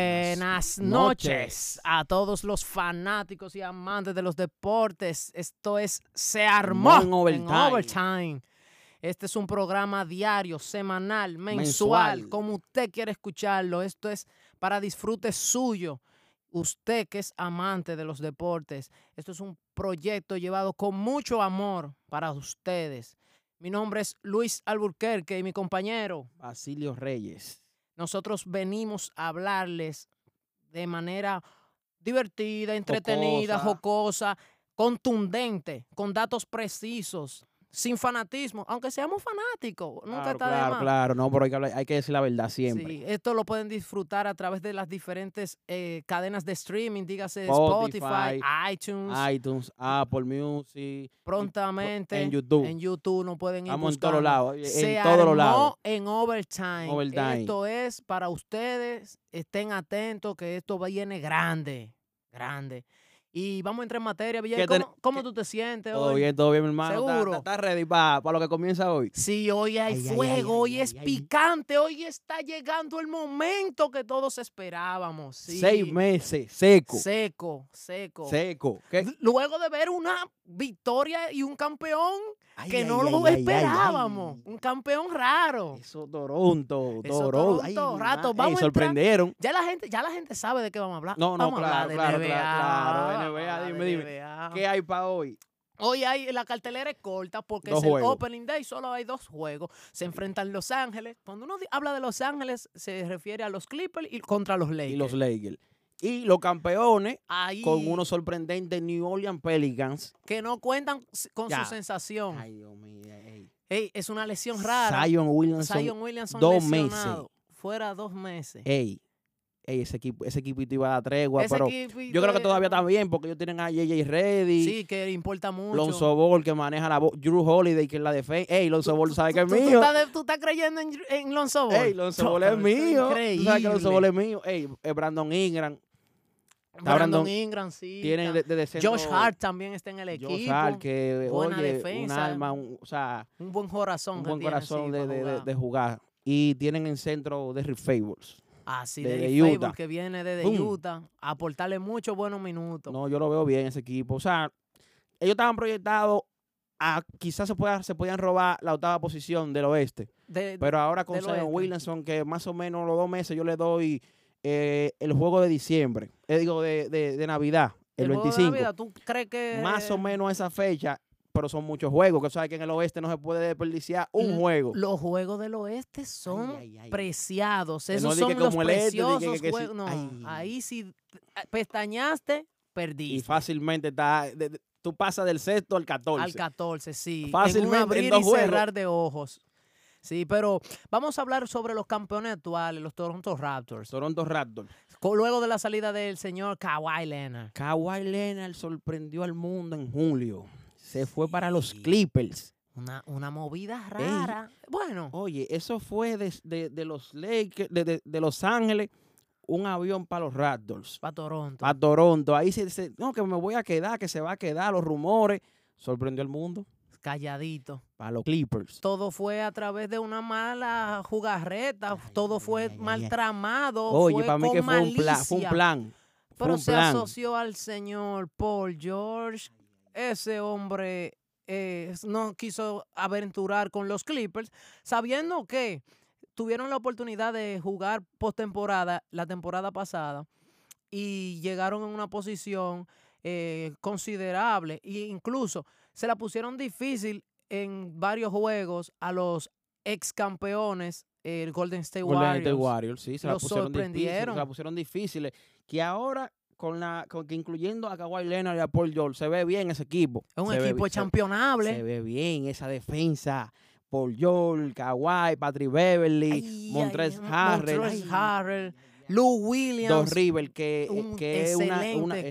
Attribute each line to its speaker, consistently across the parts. Speaker 1: Buenas noches a todos los fanáticos y amantes de los deportes. Esto es Se Armó
Speaker 2: Mon Overtime.
Speaker 1: en Overtime. Este es un programa diario, semanal, mensual,
Speaker 2: Mensual.
Speaker 1: como usted quiere escucharlo. Esto es para disfrute suyo. Usted que es amante de los deportes. Esto es un proyecto llevado con mucho amor para ustedes. Mi nombre es Luis Alburquerque y mi compañero
Speaker 2: Basilio Reyes.
Speaker 1: nosotros venimos a hablarles de manera divertida, entretenida, jocosa, contundente, con datos precisos, sin fanatismo, aunque seamos fanáticos, nunca
Speaker 2: claro,
Speaker 1: está de
Speaker 2: claro,
Speaker 1: más.
Speaker 2: claro, no, pero hay que, hablar- hay que decir la verdad siempre.
Speaker 1: Sí, esto lo pueden disfrutar a través de las diferentes eh, cadenas de streaming, dígase
Speaker 2: Spotify,
Speaker 1: Spotify, iTunes,
Speaker 2: iTunes, Apple Music,
Speaker 1: prontamente
Speaker 2: en YouTube.
Speaker 1: en YouTube no pueden ir
Speaker 2: estamos en
Speaker 1: buscando.
Speaker 2: todos lados, en
Speaker 1: Se
Speaker 2: todos
Speaker 1: armó
Speaker 2: los lados.
Speaker 1: en overtime.
Speaker 2: Overtime.
Speaker 1: Esto es para ustedes. Estén atentos que esto viene grande. Grande. Y vamos a entrar en materia, Villay.
Speaker 2: ¿Qué ten-
Speaker 1: ¿Cómo, cómo
Speaker 2: qué-
Speaker 1: tú te sientes
Speaker 2: Todo
Speaker 1: hoy?
Speaker 2: bien, todo bien, mi hermano. Está-
Speaker 1: Seguro.
Speaker 2: Está, está ready para lo que comienza hoy.
Speaker 1: Sí, hoy hay
Speaker 2: Ay, ay,
Speaker 1: fuego,
Speaker 2: ay,
Speaker 1: hoy
Speaker 2: ay,
Speaker 1: es
Speaker 2: ay, ay.
Speaker 1: picante, hoy está llegando el momento que todos esperábamos. sí.
Speaker 2: Seis meses, seco.
Speaker 1: Seco, seco.
Speaker 2: Seco. ¿Qué?
Speaker 1: Luego de ver una victoria y un campeón
Speaker 2: Ay,
Speaker 1: que
Speaker 2: ay,
Speaker 1: no
Speaker 2: ay,
Speaker 1: lo
Speaker 2: ay, ay,
Speaker 1: esperábamos.
Speaker 2: ay.
Speaker 1: Un campeón raro.
Speaker 2: Eso Toronto,
Speaker 1: Eso,
Speaker 2: Toronto. Ay,
Speaker 1: Toronto,
Speaker 2: mi
Speaker 1: rato,
Speaker 2: ma-
Speaker 1: vamos a entrar-
Speaker 2: Ey, sorprendieron.
Speaker 1: Ya la gente, ya la gente sabe de qué vamos a hablar.
Speaker 2: No, no,
Speaker 1: vamos a hablar
Speaker 2: claro,
Speaker 1: de
Speaker 2: claro,
Speaker 1: NBA.
Speaker 2: claro, claro,
Speaker 1: vamos a
Speaker 2: NBA,
Speaker 1: hablar de
Speaker 2: dime, dime.
Speaker 1: NBA.
Speaker 2: ¿Qué hay para hoy?
Speaker 1: Hoy hay la cartelera es corta porque
Speaker 2: Dos
Speaker 1: es el
Speaker 2: juegos.
Speaker 1: opening day, solo hay dos juegos. Se enfrentan Los Ángeles. Cuando uno di- habla de Los Ángeles, se refiere a los Clippers y contra los Lakers.
Speaker 2: Y los Lakers. Y los campeones
Speaker 1: Ahí
Speaker 2: con unos sorprendentes New Orleans Pelicans.
Speaker 1: que no cuentan s- con
Speaker 2: Ya.
Speaker 1: su sensación.
Speaker 2: Ay, Dios mío. ey.
Speaker 1: Ey, es una lesión rara.
Speaker 2: Zion Williamson.
Speaker 1: Zion Williamson
Speaker 2: dos
Speaker 1: lesionado. Fuera dos meses.
Speaker 2: Ey, ey, ese, equipo, ese equipito iba a dar tregua,
Speaker 1: Ese
Speaker 2: pero
Speaker 1: equipito
Speaker 2: yo creo que
Speaker 1: es-
Speaker 2: todavía está bien porque ellos tienen a JJ Reddy,
Speaker 1: Sí, que importa mucho.
Speaker 2: Lonzo Ball que maneja la voz, Drew Holiday que es la defensa. Ey, Lonzo Ball sabe que es
Speaker 1: ¿Tú, tú
Speaker 2: mío.
Speaker 1: estás, de- tú estás creyendo en, en Lonzo Ball?
Speaker 2: Ey, Lonzo
Speaker 1: No,
Speaker 2: Ball es
Speaker 1: pero esto
Speaker 2: mío. Tú sabes que
Speaker 1: increíble.
Speaker 2: Lonzo Ball es mío. Ey, eh, Brandon Ingram
Speaker 1: Brandon,
Speaker 2: Brandon
Speaker 1: Ingram, sí.
Speaker 2: tiene
Speaker 1: está-
Speaker 2: de, de centro-
Speaker 1: Josh Hart también está en el equipo.
Speaker 2: Josh Hart que
Speaker 1: Buena
Speaker 2: oye, un
Speaker 1: defensa.
Speaker 2: alma, un- o sea,
Speaker 1: Un buen corazón.
Speaker 2: un
Speaker 1: que
Speaker 2: buen
Speaker 1: tiene,
Speaker 2: corazón
Speaker 1: sí,
Speaker 2: de,
Speaker 1: para
Speaker 2: de- de-
Speaker 1: jugar.
Speaker 2: de jugar. Y tienen en centro Derrick Favors.
Speaker 1: Ah, sí,
Speaker 2: de-
Speaker 1: Derrick
Speaker 2: de
Speaker 1: Favors,
Speaker 2: Utah.
Speaker 1: que viene desde
Speaker 2: Boom.
Speaker 1: Utah. A aportarle muchos buenos minutos.
Speaker 2: No, yo lo veo bien ese equipo. O sea, ellos estaban proyectados a quizás se, pueda, se podían robar la octava posición del oeste.
Speaker 1: De-
Speaker 2: Pero ahora con
Speaker 1: del
Speaker 2: Zion
Speaker 1: oeste.
Speaker 2: Williamson, que más o menos los dos meses yo le doy eh, el juego de diciembre, eh, digo de, de- de Navidad, el,
Speaker 1: juego de
Speaker 2: 25.
Speaker 1: Navidad, ¿Tú crees que...?
Speaker 2: Más o menos a esa fecha, pero son muchos juegos. Que sabes que en el oeste no se puede desperdiciar un
Speaker 1: L-
Speaker 2: juego.
Speaker 1: Los juegos del oeste son
Speaker 2: ay, ay.
Speaker 1: preciados.
Speaker 2: Que no
Speaker 1: Esos
Speaker 2: dije
Speaker 1: son
Speaker 2: que
Speaker 1: los
Speaker 2: como el este, dije
Speaker 1: preciosos
Speaker 2: que- que sí.
Speaker 1: juegos. No,
Speaker 2: Ay.
Speaker 1: ahí sí pestañaste,
Speaker 2: Y
Speaker 1: perdiste.
Speaker 2: fácilmente está, de- de- tú pasas del sexto al 14.
Speaker 1: Al 14, sí. en un
Speaker 2: Fácilmente en
Speaker 1: abrir
Speaker 2: dos
Speaker 1: y
Speaker 2: juegos.
Speaker 1: cerrar de ojos. Sí, pero vamos a hablar sobre los campeones actuales, los Toronto Raptors.
Speaker 2: Toronto Raptors.
Speaker 1: Co- Luego de la salida del señor Kawhi Leonard.
Speaker 2: Kawhi Leonard sorprendió al mundo en julio. Se fue para los
Speaker 1: Sí.
Speaker 2: Clippers.
Speaker 1: Una, una movida rara. Bueno,
Speaker 2: Oye, eso fue de, de- de los Lakers, de, de- de Los Ángeles, un avión para los Raptors,
Speaker 1: para Toronto.
Speaker 2: para Toronto. Ahí se dice, no, que me voy a quedar, que se va a quedar, los rumores. Sorprendió al mundo
Speaker 1: Calladito.
Speaker 2: para los Clippers.
Speaker 1: Todo fue a través de una mala jugarreta.
Speaker 2: Ay,
Speaker 1: todo
Speaker 2: ay,
Speaker 1: fue
Speaker 2: ay, ay,
Speaker 1: mal
Speaker 2: ay.
Speaker 1: tramado.
Speaker 2: Oye,
Speaker 1: fue
Speaker 2: para mí
Speaker 1: con
Speaker 2: que fue un, plan, fue un
Speaker 1: malicia.
Speaker 2: plan. fue
Speaker 1: Pero
Speaker 2: un
Speaker 1: se
Speaker 2: plan.
Speaker 1: asoció al señor Paul George. Ese hombre eh, no quiso aventurar con los Clippers, sabiendo que tuvieron la oportunidad de jugar postemporada la temporada pasada y llegaron en una posición eh, considerable e incluso se la pusieron difícil en varios juegos a los ex campeones, el Golden State
Speaker 2: Golden
Speaker 1: Warriors.
Speaker 2: State Warriors, sí, se la
Speaker 1: Los
Speaker 2: pusieron difícil, se la
Speaker 1: sorprendieron.
Speaker 2: pusieron difíciles. Que ahora, con la, con, que incluyendo a Kawhi Leonard y a Paul George, se ve bien ese equipo.
Speaker 1: Es un
Speaker 2: Se ve
Speaker 1: equipo
Speaker 2: bi- se-
Speaker 1: championable.
Speaker 2: Se ve bien esa defensa. Paul George, Kawhi, Patrick Beverly,
Speaker 1: Ay,
Speaker 2: Montrez
Speaker 1: ay, ay,
Speaker 2: Harrell,
Speaker 1: Montrez
Speaker 2: ay,
Speaker 1: Harrell, Lou Williams.
Speaker 2: Dos River, que,
Speaker 1: un
Speaker 2: que es una, una
Speaker 1: excelente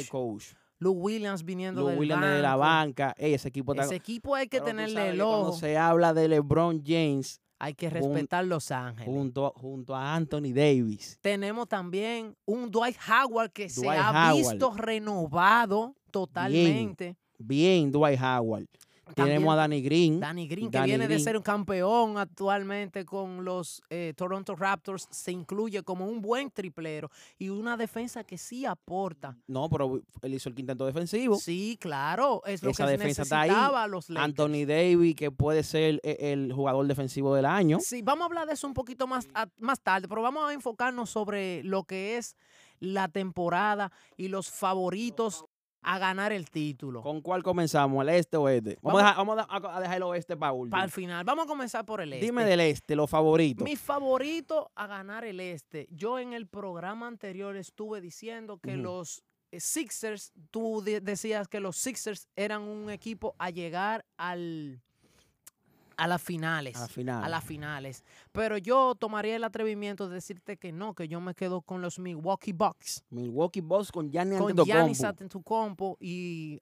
Speaker 2: excelente coach.
Speaker 1: Lou Williams viniendo
Speaker 2: Lou
Speaker 1: del
Speaker 2: Williams
Speaker 1: banco.
Speaker 2: de la banca. Ey, ese equipo está.
Speaker 1: Ese equipo hay que
Speaker 2: Pero tú
Speaker 1: tenerle
Speaker 2: sabes
Speaker 1: el
Speaker 2: que cuando
Speaker 1: ojo.
Speaker 2: se habla de LeBron James
Speaker 1: Hay que
Speaker 2: jun-
Speaker 1: respetar Los Ángeles.
Speaker 2: junto, junto a Anthony Davis.
Speaker 1: Tenemos también un Dwight Howard que se
Speaker 2: Dwight
Speaker 1: ha
Speaker 2: Howard.
Speaker 1: visto renovado totalmente.
Speaker 2: Bien, Dwight Howard. Tenemos a
Speaker 1: También
Speaker 2: Danny Green.
Speaker 1: Danny Green, que
Speaker 2: Danny
Speaker 1: viene de
Speaker 2: Green.
Speaker 1: ser un campeón actualmente con los eh, Toronto Raptors, se incluye como un buen triplero y una defensa que sí aporta.
Speaker 2: No, pero él hizo el quinteto defensivo.
Speaker 1: Sí, claro, es lo
Speaker 2: Esa
Speaker 1: que
Speaker 2: defensa está ahí.
Speaker 1: necesitaba los Lakers.
Speaker 2: Anthony Davis, que puede ser e- el jugador defensivo del año.
Speaker 1: Sí, vamos a hablar de eso un poquito más, a- más tarde, pero vamos a enfocarnos sobre lo que es la temporada y los favoritos a ganar el título.
Speaker 2: ¿Con cuál comenzamos? ¿El este o este? Vamos,
Speaker 1: Vamos-
Speaker 2: a, dejar, vamos a da- a dejar el oeste para último.
Speaker 1: Para el final, vamos a comenzar por el este.
Speaker 2: Dime del este, los favoritos.
Speaker 1: Mi favorito a ganar el este. Yo en el programa anterior estuve diciendo que
Speaker 2: Ujú.
Speaker 1: los eh, Sixers, tú de- decías que los Sixers eran un equipo a llegar al, a las finales.
Speaker 2: a la final.
Speaker 1: este, a las finales. Pero yo tomaría el atrevimiento de decirte que no, que yo me quedo con los Milwaukee Bucks,
Speaker 2: Milwaukee Bucks con Gianni
Speaker 1: con Giannis
Speaker 2: Antetokounmpo.
Speaker 1: Antetokounmpo y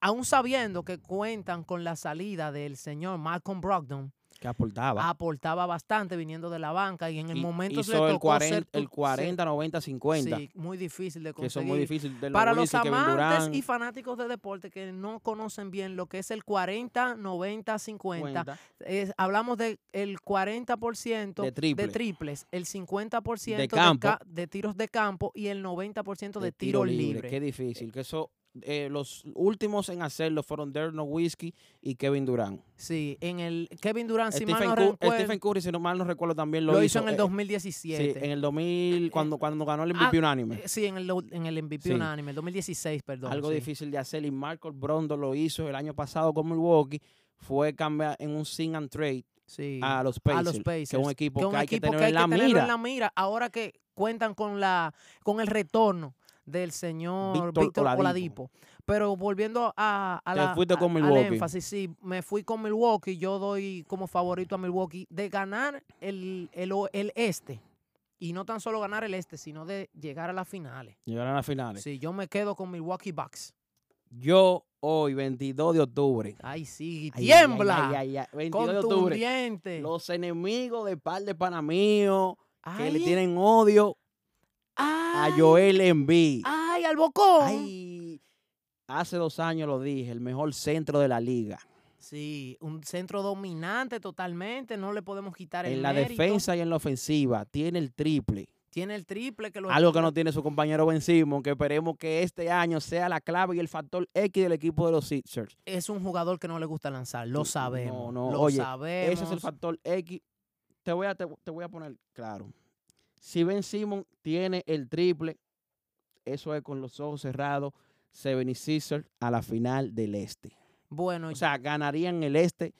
Speaker 1: aún sabiendo que cuentan con la salida del señor Malcolm Brogdon,
Speaker 2: Que aportaba.
Speaker 1: aportaba bastante viniendo de la banca y Ah, en el
Speaker 2: Y-
Speaker 1: momento se
Speaker 2: hizo
Speaker 1: le
Speaker 2: el
Speaker 1: tocó
Speaker 2: 40,
Speaker 1: ser tu-
Speaker 2: el 40, 90,
Speaker 1: ser-
Speaker 2: 50.
Speaker 1: sí, muy difícil de
Speaker 2: que
Speaker 1: conseguir.
Speaker 2: son muy difíciles. De
Speaker 1: Para los
Speaker 2: Wiggins, Kevin
Speaker 1: amantes
Speaker 2: Durant,
Speaker 1: y fanáticos de deporte que no conocen bien lo que es el 40, 90, 50,
Speaker 2: cuenta,
Speaker 1: es- hablamos del el 40%
Speaker 2: De triple.
Speaker 1: triples, el 50% de,
Speaker 2: De campo.
Speaker 1: ca- de tiros de campo y el 90% de, tiro libre.
Speaker 2: Qué difícil. Que eso, eh, los últimos en hacerlo fueron Derno Whiskey y Kevin Durant.
Speaker 1: Sí, en el Kevin Durant, Ah, si mal
Speaker 2: Stephen,
Speaker 1: no
Speaker 2: Cur- eh,
Speaker 1: recuerdo,
Speaker 2: Stephen Curry, si no mal no recuerdo, también lo,
Speaker 1: lo hizo en el
Speaker 2: eh, sí,
Speaker 1: 2017.
Speaker 2: en el 2000, cuando, cuando ganó el
Speaker 1: ah,
Speaker 2: MVP unánime.
Speaker 1: Eh, Sí, en el, do- en el MVP
Speaker 2: Sí.
Speaker 1: unánime, el 2016, perdón.
Speaker 2: Algo
Speaker 1: sí.
Speaker 2: difícil de hacer. Y Marco Brondo lo hizo el año pasado con Milwaukee. Fue cambiar en un sing and trade
Speaker 1: Sí.
Speaker 2: a los Pacers. Que es
Speaker 1: Pacers,
Speaker 2: un equipo
Speaker 1: que
Speaker 2: que,
Speaker 1: un
Speaker 2: hay que
Speaker 1: equipo
Speaker 2: tener en la
Speaker 1: tenerlo
Speaker 2: mira.
Speaker 1: mira ahora que cuentan con la con el retorno del señor
Speaker 2: Víctor
Speaker 1: Víctor
Speaker 2: Oladipo.
Speaker 1: Oladipo. Pero volviendo a, a
Speaker 2: Te
Speaker 1: la
Speaker 2: fuiste
Speaker 1: a-
Speaker 2: con
Speaker 1: al
Speaker 2: Milwaukee.
Speaker 1: énfasis, sí, me fui con Milwaukee, yo doy como favorito a Milwaukee de ganar el, el, o- el este. Y no tan solo ganar el este, sino de llegar a las finales.
Speaker 2: Llegar a las finales.
Speaker 1: Sí, yo me quedo con Milwaukee Bucks.
Speaker 2: Yo hoy, 22 de octubre.
Speaker 1: Ay, sí,
Speaker 2: Ay, ay, ay,
Speaker 1: tiembla.
Speaker 2: ay, ay, ay, 22 de octubre.
Speaker 1: Contundiente.
Speaker 2: Los enemigos de par de panamíos que le
Speaker 1: Ay,
Speaker 2: tienen odio a
Speaker 1: ay,
Speaker 2: Joel Embiid.
Speaker 1: Ay, al bocón.
Speaker 2: Ay, hace dos años lo dije, el mejor centro de la liga.
Speaker 1: Sí, un centro dominante totalmente, no le podemos quitar el
Speaker 2: En la
Speaker 1: mérito.
Speaker 2: defensa y en la ofensiva tiene el triple.
Speaker 1: Tiene el triple que lo
Speaker 2: Algo que no tiene su compañero Ben Simmons, que esperemos que este año sea la clave y el factor X del equipo de los Sixers.
Speaker 1: es un jugador que no le gusta lanzar, lo
Speaker 2: No,
Speaker 1: sabemos.
Speaker 2: no,
Speaker 1: lo
Speaker 2: oye,
Speaker 1: sabemos.
Speaker 2: Ese es el factor X. Te voy a, te, te voy a poner claro. Si Ben Simmons tiene el triple, eso es con los ojos cerrados, se ven y Sixers a la final del este.
Speaker 1: Bueno,
Speaker 2: O sea, ganarían el este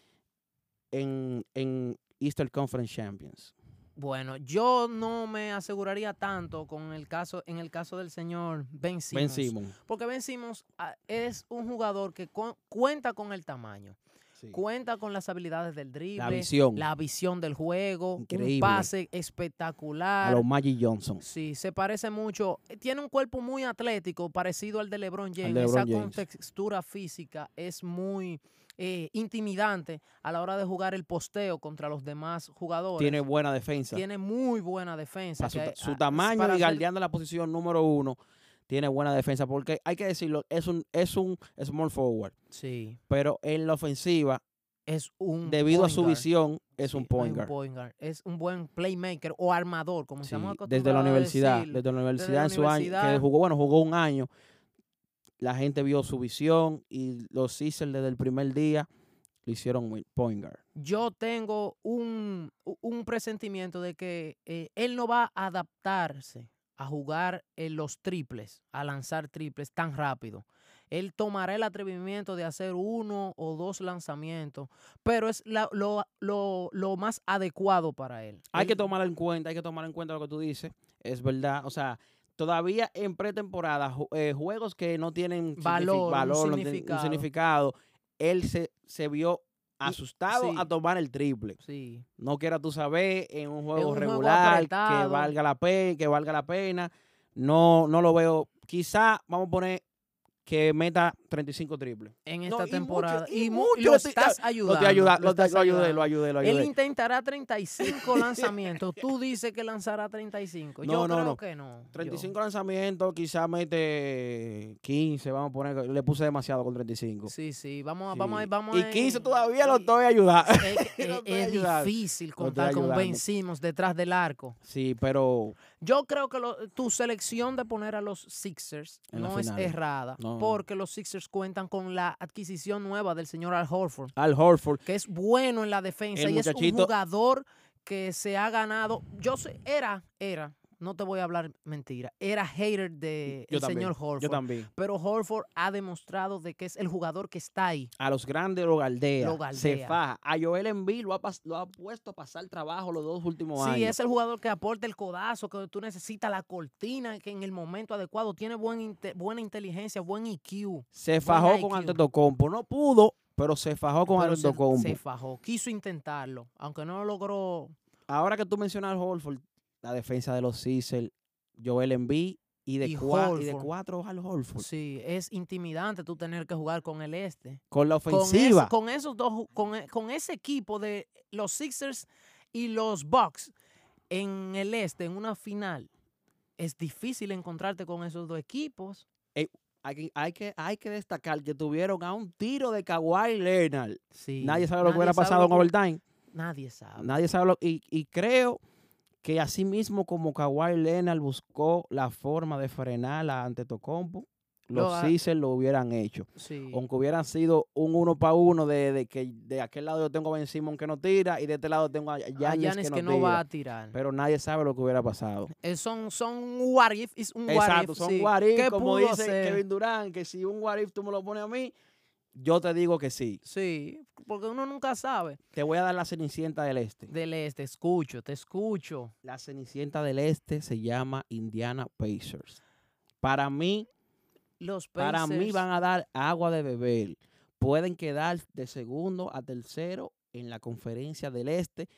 Speaker 2: en, en Eastern Conference Champions.
Speaker 1: bueno, yo no me aseguraría tanto con el caso en el caso del señor Ben
Speaker 2: Ben
Speaker 1: Simmons,
Speaker 2: Simmons.
Speaker 1: porque Ben Simmons ah, es un jugador que cu- cuenta con el tamaño,
Speaker 2: Sí.
Speaker 1: cuenta con las habilidades del drible,
Speaker 2: La visión
Speaker 1: la visión del juego,
Speaker 2: Increíble.
Speaker 1: un pase
Speaker 2: a
Speaker 1: espectacular.
Speaker 2: los Magic Johnson.
Speaker 1: Sí, se parece mucho. Eh, Tiene un cuerpo muy atlético, parecido al de LeBron James.
Speaker 2: LeBron
Speaker 1: Esa
Speaker 2: James.
Speaker 1: contextura física es muy eh, intimidante a la hora de jugar el posteo contra los demás jugadores.
Speaker 2: Tiene buena defensa.
Speaker 1: Tiene muy buena defensa.
Speaker 2: Para su,
Speaker 1: que
Speaker 2: ta-
Speaker 1: hay-
Speaker 2: su
Speaker 1: a-
Speaker 2: tamaño
Speaker 1: para
Speaker 2: y
Speaker 1: hacer-
Speaker 2: galdeando la posición número uno, tiene buena defensa. Porque hay que decirlo, es un, es un small forward.
Speaker 1: Sí,
Speaker 2: Pero en la ofensiva,
Speaker 1: es un.
Speaker 2: debido a
Speaker 1: point
Speaker 2: su
Speaker 1: guard.
Speaker 2: visión, es
Speaker 1: Sí,
Speaker 2: un point guard.
Speaker 1: Es un buen playmaker o armador, como
Speaker 2: Sí,
Speaker 1: estamos
Speaker 2: desde la
Speaker 1: acostumbrados a
Speaker 2: universidad,
Speaker 1: decirlo.
Speaker 2: desde la universidad
Speaker 1: la
Speaker 2: en su año, que
Speaker 1: universidad.
Speaker 2: jugó, bueno, jugó un año, la gente vio su visión y los Sixers desde el primer día lo hicieron win- point guard.
Speaker 1: yo tengo un, u- un presentimiento de que eh, él no va a adaptarse a jugar en los triples, a lanzar triples tan rápido. Él tomará el atrevimiento de hacer uno o dos lanzamientos, pero es la- lo, lo- lo más adecuado para él.
Speaker 2: Hay que
Speaker 1: Él-
Speaker 2: tomar en cuenta, hay que tomar en cuenta lo que tú dices, es verdad, o sea, todavía en pretemporada, ju- eh, juegos que no tienen signifi-
Speaker 1: Valor, un
Speaker 2: no tienen
Speaker 1: significado.
Speaker 2: significado, él se, se vio asustado a
Speaker 1: sí.
Speaker 2: tomar el triple.
Speaker 1: Sí,
Speaker 2: No quieras tú saber en un
Speaker 1: un
Speaker 2: juego
Speaker 1: juego
Speaker 2: regular que
Speaker 1: apretado.
Speaker 2: valga la pena, que valga la pena. No, no lo veo. Quizá vamos a poner que meta 35 triples.
Speaker 1: en
Speaker 2: No,
Speaker 1: esta
Speaker 2: y mucho,
Speaker 1: temporada.
Speaker 2: y
Speaker 1: y mu-
Speaker 2: mucho,
Speaker 1: lo
Speaker 2: lo estoy-
Speaker 1: estás
Speaker 2: Lo,
Speaker 1: ayudando.
Speaker 2: te ayuda, lo, te-
Speaker 1: estás
Speaker 2: lo ayudé,
Speaker 1: ayudando.
Speaker 2: lo ayudé, lo
Speaker 1: Él
Speaker 2: ayudé.
Speaker 1: intentará 35 lanzamientos. Tú dices que lanzará 35.
Speaker 2: No,
Speaker 1: Yo
Speaker 2: no,
Speaker 1: creo
Speaker 2: no.
Speaker 1: que no. Yo-
Speaker 2: 35 lanzamientos, quizás mete 15, vamos a poner. Le puse demasiado con 35.
Speaker 1: Sí, sí. Vamos a.
Speaker 2: Sí.
Speaker 1: Vamos a- vamos
Speaker 2: y
Speaker 1: a-
Speaker 2: 15 todavía lo
Speaker 1: Sí.
Speaker 2: estoy ayudando.
Speaker 1: Es, que-
Speaker 2: Lo
Speaker 1: es-
Speaker 2: estoy
Speaker 1: es
Speaker 2: ayudando.
Speaker 1: difícil
Speaker 2: estoy
Speaker 1: contar con Ben
Speaker 2: ayudando.
Speaker 1: Simmons detrás del arco.
Speaker 2: Sí, pero
Speaker 1: Yo creo que lo- tu selección de poner a los Sixers
Speaker 2: En las
Speaker 1: no es
Speaker 2: finales.
Speaker 1: errada,
Speaker 2: No, no.
Speaker 1: porque los Sixers cuentan con la adquisición nueva del señor Al Horford,
Speaker 2: Al Horford.
Speaker 1: que es bueno en la defensa
Speaker 2: El
Speaker 1: y es un
Speaker 2: muchachito-
Speaker 1: jugador que se ha ganado. Yo sé, era, era, no te voy a hablar mentira, era hater de
Speaker 2: Yo
Speaker 1: el
Speaker 2: también,
Speaker 1: señor
Speaker 2: Yo
Speaker 1: Horford.
Speaker 2: también.
Speaker 1: Pero Horford ha demostrado de que es el jugador que está ahí.
Speaker 2: A los grandes lo galdea.
Speaker 1: Lo galdea.
Speaker 2: Se faja. A Joel Embiid lo ha, pas- lo ha puesto a pasar trabajo los dos últimos
Speaker 1: Sí,
Speaker 2: años.
Speaker 1: es el jugador que aporta el codazo, que tú necesitas la cortina, que en el momento adecuado tiene buen inte- buena inteligencia, buen E IQ.
Speaker 2: Se fajó
Speaker 1: IQ.
Speaker 2: con Antetokounmpo. No pudo, pero se fajó con
Speaker 1: pero se,
Speaker 2: Antetokounmpo.
Speaker 1: se fajó, quiso intentarlo, aunque no lo logró.
Speaker 2: Ahora que tú mencionas al Horford, la defensa de los Cicel, Joel Embiid y de,
Speaker 1: Y
Speaker 2: cua- y de
Speaker 1: Horford.
Speaker 2: cuatro al Horford.
Speaker 1: Sí, es intimidante tú tener que jugar con el este.
Speaker 2: Con la
Speaker 1: Con, eso-
Speaker 2: ofensiva.
Speaker 1: con esos dos, ju- con, e- con ese equipo de los Sixers y los Bucks en el este, en una final, es difícil encontrarte con esos dos equipos.
Speaker 2: hay, que, hay, que, hay que destacar que tuvieron a un tiro de Kawhi Leonard.
Speaker 1: Sí,
Speaker 2: Nadie sabe lo que hubiera
Speaker 1: sabe
Speaker 2: pasado
Speaker 1: lo
Speaker 2: en
Speaker 1: que- Ah.
Speaker 2: overtime.
Speaker 1: Nadie sabe.
Speaker 2: Nadie sabe lo y, y creo que así mismo como Kawhi Leonard buscó la forma de frenar a Antetokounmpo,
Speaker 1: Lo
Speaker 2: los
Speaker 1: ha-
Speaker 2: Sixers lo hubieran hecho.
Speaker 1: Sí.
Speaker 2: Aunque hubieran sido un uno para uno de, de que de aquel lado yo tengo a Ben Simon que no tira y de este lado tengo a
Speaker 1: a
Speaker 2: Giannis,
Speaker 1: Giannis
Speaker 2: que,
Speaker 1: que
Speaker 2: no
Speaker 1: no va
Speaker 2: tira.
Speaker 1: a tirar.
Speaker 2: Pero nadie sabe lo que hubiera pasado.
Speaker 1: Eh, son, son un what if, es un what
Speaker 2: Exacto,
Speaker 1: if,
Speaker 2: son
Speaker 1: sí.
Speaker 2: what if,
Speaker 1: ¿Qué
Speaker 2: como
Speaker 1: pudo
Speaker 2: dice
Speaker 1: ser?
Speaker 2: Kevin Durant, que si un what if tú me lo pones a mí, yo te digo que sí.
Speaker 1: Sí, porque uno nunca sabe.
Speaker 2: Te voy a dar la Cenicienta del Este.
Speaker 1: Del este, escucho, te escucho.
Speaker 2: La Cenicienta del Este se llama Indiana Pacers. Para mí,
Speaker 1: Los
Speaker 2: para mí
Speaker 1: Pacers-
Speaker 2: van a dar agua de beber. Pueden quedar de segundo a tercero en la conferencia del Este.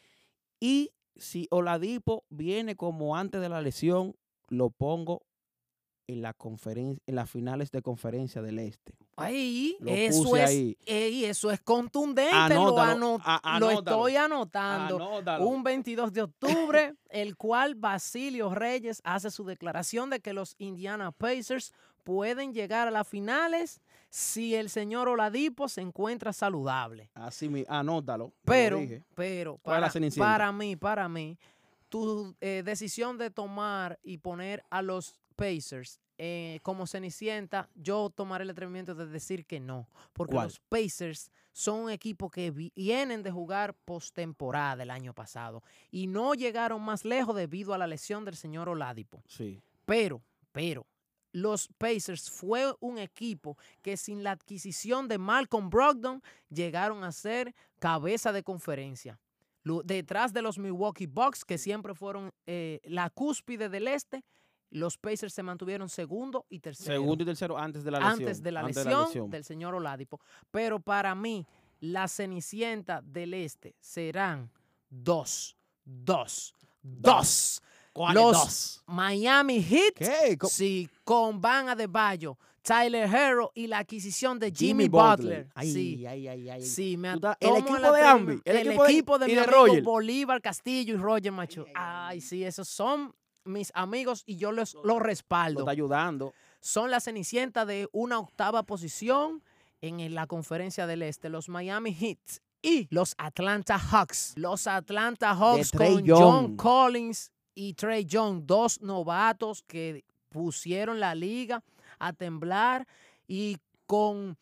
Speaker 2: Y si Oladipo viene como antes de la lesión, lo pongo en la conferencia, en las finales de conferencia del Este.
Speaker 1: Ahí,
Speaker 2: Lo
Speaker 1: eso
Speaker 2: puse
Speaker 1: es,
Speaker 2: ahí.
Speaker 1: ey, eso es contundente. lo,
Speaker 2: Anótalo,
Speaker 1: ano-
Speaker 2: a-
Speaker 1: lo
Speaker 2: anótalo,
Speaker 1: estoy anotando.
Speaker 2: anótalo.
Speaker 1: Un 22 de octubre, el cual Basilio Reyes hace su declaración de que los Indiana Pacers pueden llegar a las finales si el señor Oladipo se encuentra saludable.
Speaker 2: Así mi, anótalo. te lo
Speaker 1: Pero,
Speaker 2: dije.
Speaker 1: pero,
Speaker 2: ¿Cuál es la
Speaker 1: para,
Speaker 2: Cenicienta?
Speaker 1: para mí, para mí, tu eh, decisión de tomar y poner a los Pacers eh, como Cenicienta, yo tomaré el atrevimiento de decir que no. Porque
Speaker 2: ¿Cuál?
Speaker 1: los Pacers son un equipo que vi- vienen de jugar postemporada el año pasado y no llegaron más lejos debido a la lesión del señor Oladipo.
Speaker 2: Sí.
Speaker 1: Pero, pero, los Pacers fue un equipo que sin la adquisición de Malcolm Brogdon llegaron a ser cabeza de conferencia. Lu- Detrás de los Milwaukee Bucks, que siempre fueron eh, la cúspide del este, los Pacers se mantuvieron segundo y tercero
Speaker 2: Segundo y tercero antes de la lesión.
Speaker 1: antes de la lesión del señor Oladipo. Pero para mí, la Cenicienta del Este serán dos, dos, dos.
Speaker 2: ¿Cuáles
Speaker 1: los
Speaker 2: dos?
Speaker 1: Miami Heat
Speaker 2: ¿Qué? Co-
Speaker 1: Sí, con Van Adebayo, Tyler Herro y la adquisición de Jimmy,
Speaker 2: Jimmy
Speaker 1: Butler.
Speaker 2: Butler. Ay,
Speaker 1: sí,
Speaker 2: ay, ay, ay.
Speaker 1: sí, me
Speaker 2: Tú
Speaker 1: a-
Speaker 2: estás- el
Speaker 1: tomo
Speaker 2: equipo
Speaker 1: la
Speaker 2: de
Speaker 1: tribuna.
Speaker 2: Ambi, el
Speaker 1: El,
Speaker 2: equipo de-
Speaker 1: equipo de,
Speaker 2: y
Speaker 1: mi
Speaker 2: de
Speaker 1: amigo
Speaker 2: Roger.
Speaker 1: Bolívar Castillo y Roger Macho. Ay, sí, esos son mis amigos y yo los, los
Speaker 2: Lo
Speaker 1: respaldo.
Speaker 2: está ayudando.
Speaker 1: Son la cenicienta de una octava posición en el- la conferencia del este, los Miami Heat. Y los Atlanta Hawks. Los Atlanta Hawks
Speaker 2: Trey
Speaker 1: con John
Speaker 2: Young.
Speaker 1: Collins y Trey Young, dos novatos que pusieron la liga a temblar y con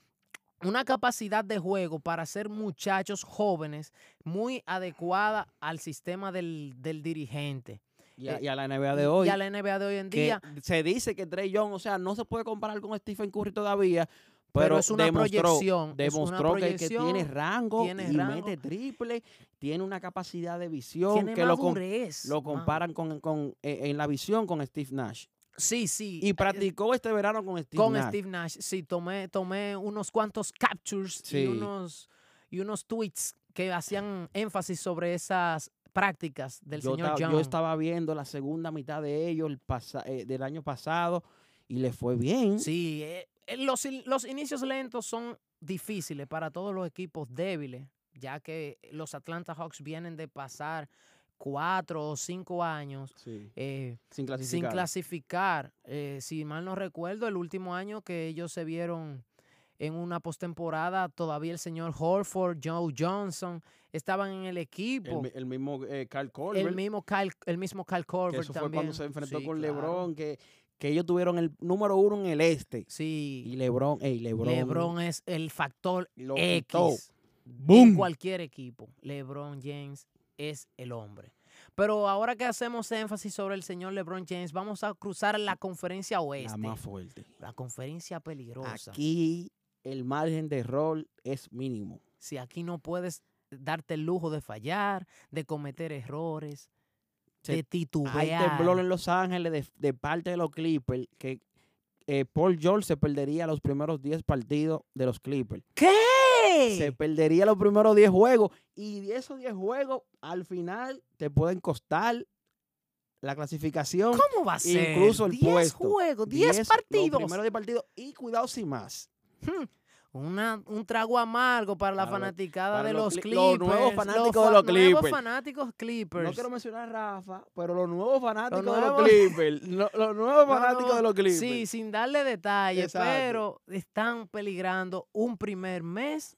Speaker 1: una capacidad de juego para ser muchachos jóvenes muy adecuada al sistema del, del dirigente.
Speaker 2: Y a,
Speaker 1: Eh,
Speaker 2: y a la NBA de hoy.
Speaker 1: Y a la NBA de hoy en
Speaker 2: que
Speaker 1: día.
Speaker 2: se dice que Trey Young, o sea, no se puede comparar con Stephen Curry todavía. Pero,
Speaker 1: Pero, es una
Speaker 2: demostró,
Speaker 1: proyección. es una
Speaker 2: demostró que- que,
Speaker 1: proyección,
Speaker 2: tiene rango
Speaker 1: tiene
Speaker 2: y
Speaker 1: rango.
Speaker 2: mete triple, tiene una capacidad de visión
Speaker 1: tiene
Speaker 2: que lo, com-
Speaker 1: madurez,
Speaker 2: lo
Speaker 1: mano.
Speaker 2: comparan con, con- eh, en la visión con Steve Nash.
Speaker 1: Sí, sí.
Speaker 2: Y
Speaker 1: eh,
Speaker 2: practicó este verano con Steve
Speaker 1: con
Speaker 2: Nash.
Speaker 1: Steve Nash. Sí, tomé, tomé unos cuantos captures
Speaker 2: Sí.
Speaker 1: y, unos, y unos tweets que hacían énfasis sobre esas prácticas del
Speaker 2: yo,
Speaker 1: señor
Speaker 2: ta- yo
Speaker 1: Young.
Speaker 2: estaba viendo la segunda mitad de ellos el pasa- eh, del año pasado y le fue bien.
Speaker 1: Sí, eh, eh, los, in- los inicios lentos son difíciles para todos los equipos débiles, ya que los Atlanta Hawks vienen de pasar cuatro o cinco años
Speaker 2: Sí.
Speaker 1: eh, sin
Speaker 2: Sin clasificar.
Speaker 1: clasificar. Eh, si mal no recuerdo, el último año que ellos se vieron en una postemporada, todavía el señor Horford, Joe Johnson, estaban en el
Speaker 2: el,
Speaker 1: equipo.
Speaker 2: mi- el mismo eh, Carl Colbert.
Speaker 1: El, mismo Kyle- el mismo Kyle
Speaker 2: que
Speaker 1: Korver
Speaker 2: eso fue
Speaker 1: también.
Speaker 2: cuando se enfrentó
Speaker 1: Sí,
Speaker 2: con
Speaker 1: claro.
Speaker 2: LeBron, que, que ellos tuvieron el número uno en el este. Y
Speaker 1: Sí,
Speaker 2: LeBron, ey, LeBron,
Speaker 1: LeBron es el factor
Speaker 2: lo quitó.
Speaker 1: X.
Speaker 2: ¡Boom!
Speaker 1: En cualquier equipo, LeBron James es el hombre. Pero ahora que hacemos énfasis sobre el señor LeBron James, vamos a cruzar la conferencia
Speaker 2: La
Speaker 1: oeste. La,
Speaker 2: más fuerte.
Speaker 1: conferencia peligrosa.
Speaker 2: este. Aquí el margen de error es mínimo.
Speaker 1: Si aquí no puedes darte el lujo de fallar, de cometer errores,
Speaker 2: Se-
Speaker 1: de
Speaker 2: Hay temblor
Speaker 1: titubear.
Speaker 2: en Los Ángeles de, de parte de los Clippers que eh, Paul George se perdería los primeros 10 partidos de los Clippers.
Speaker 1: ¿Qué?
Speaker 2: Se perdería los primeros 10 juegos y de esos 10 juegos al final te pueden costar la clasificación.
Speaker 1: ¿Cómo va a ser?
Speaker 2: incluso el
Speaker 1: 10
Speaker 2: puesto.
Speaker 1: juegos, 10
Speaker 2: Los
Speaker 1: partidos.
Speaker 2: primeros 10 partidos y cuidado sin más.
Speaker 1: Una- un trago amargo para la
Speaker 2: Para los-
Speaker 1: fanaticada
Speaker 2: para
Speaker 1: de
Speaker 2: los
Speaker 1: los,
Speaker 2: cli-
Speaker 1: Clippers.
Speaker 2: los nuevos fanáticos de
Speaker 1: fa- nuevos
Speaker 2: los Clippers.
Speaker 1: fanáticos Clippers.
Speaker 2: No quiero mencionar a Rafa, pero los nuevos fanáticos
Speaker 1: nuevos-
Speaker 2: de los Clippers. lo- los nuevos
Speaker 1: No,
Speaker 2: fanáticos
Speaker 1: no,
Speaker 2: de los Clippers.
Speaker 1: Sí, sin darle detalles,
Speaker 2: Exacto.
Speaker 1: pero están peligrando un primer mes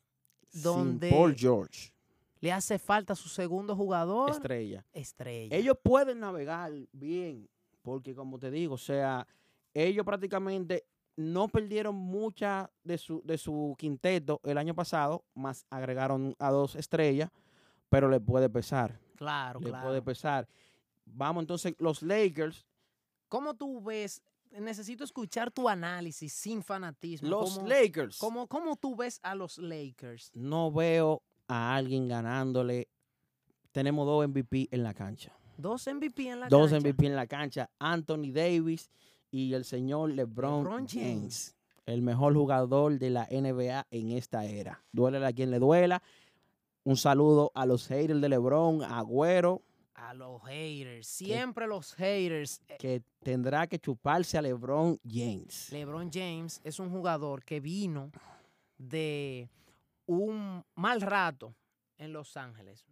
Speaker 2: Sin
Speaker 1: donde
Speaker 2: Paul George,
Speaker 1: le hace falta su segundo jugador
Speaker 2: estrella.
Speaker 1: estrella.
Speaker 2: Ellos pueden navegar bien, porque como te digo, o sea, ellos prácticamente no perdieron mucha de su, de su quinteto el año pasado, más agregaron a dos estrellas, pero les puede pesar.
Speaker 1: claro,
Speaker 2: les
Speaker 1: Oh, claro.
Speaker 2: puede pesar. Vamos entonces, los Lakers.
Speaker 1: ¿Cómo tú ves? Necesito escuchar tu análisis sin fanatismo.
Speaker 2: Los
Speaker 1: ¿Cómo-
Speaker 2: Lakers.
Speaker 1: ¿Cómo, cómo tú ves a los Lakers?
Speaker 2: no veo a alguien ganándole. Tenemos dos MVP en la cancha.
Speaker 1: Dos MVP en la
Speaker 2: dos
Speaker 1: cancha.
Speaker 2: MVP en la cancha. Anthony Davis y el señor LeBron,
Speaker 1: LeBron
Speaker 2: James.
Speaker 1: James.
Speaker 2: El mejor jugador de la NBA en esta era. Duele a quien le duela. Un saludo a los haters de LeBron, a Agüero,
Speaker 1: A los haters. Siempre los haters. Eh,
Speaker 2: que tendrá que chuparse a LeBron James.
Speaker 1: LeBron James es un jugador que vino de un mal rato en Los Ángeles.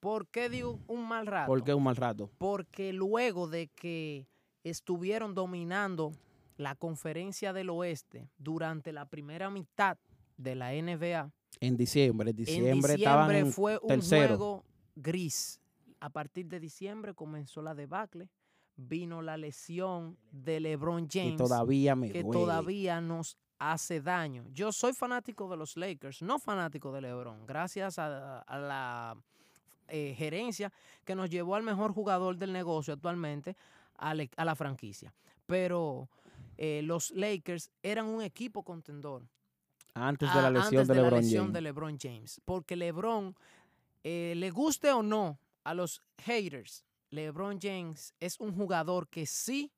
Speaker 1: ¿Por qué digo un mal rato?
Speaker 2: Porque es un mal rato.
Speaker 1: Porque luego de que estuvieron dominando la conferencia del oeste durante la primera mitad de la NBA,
Speaker 2: En diciembre, en diciembre,
Speaker 1: en
Speaker 2: estaban
Speaker 1: diciembre
Speaker 2: en-
Speaker 1: fue un
Speaker 2: tercero.
Speaker 1: juego gris. A partir de diciembre comenzó la debacle, vino la lesión de LeBron James
Speaker 2: y todavía me
Speaker 1: que
Speaker 2: duele.
Speaker 1: todavía nos hace daño. Yo soy fanático de los Lakers, no fanático de LeBron, gracias a, a la eh, gerencia que nos llevó al mejor jugador del negocio actualmente a, le- a la franquicia. Pero eh, los Lakers eran un equipo contendor
Speaker 2: Antes de la
Speaker 1: a-
Speaker 2: lesión
Speaker 1: Ah, antes
Speaker 2: de
Speaker 1: la
Speaker 2: LeBron
Speaker 1: lesión
Speaker 2: James.
Speaker 1: de LeBron James, porque LeBron, eh, le guste o no a los haters, LeBron James es un jugador que sí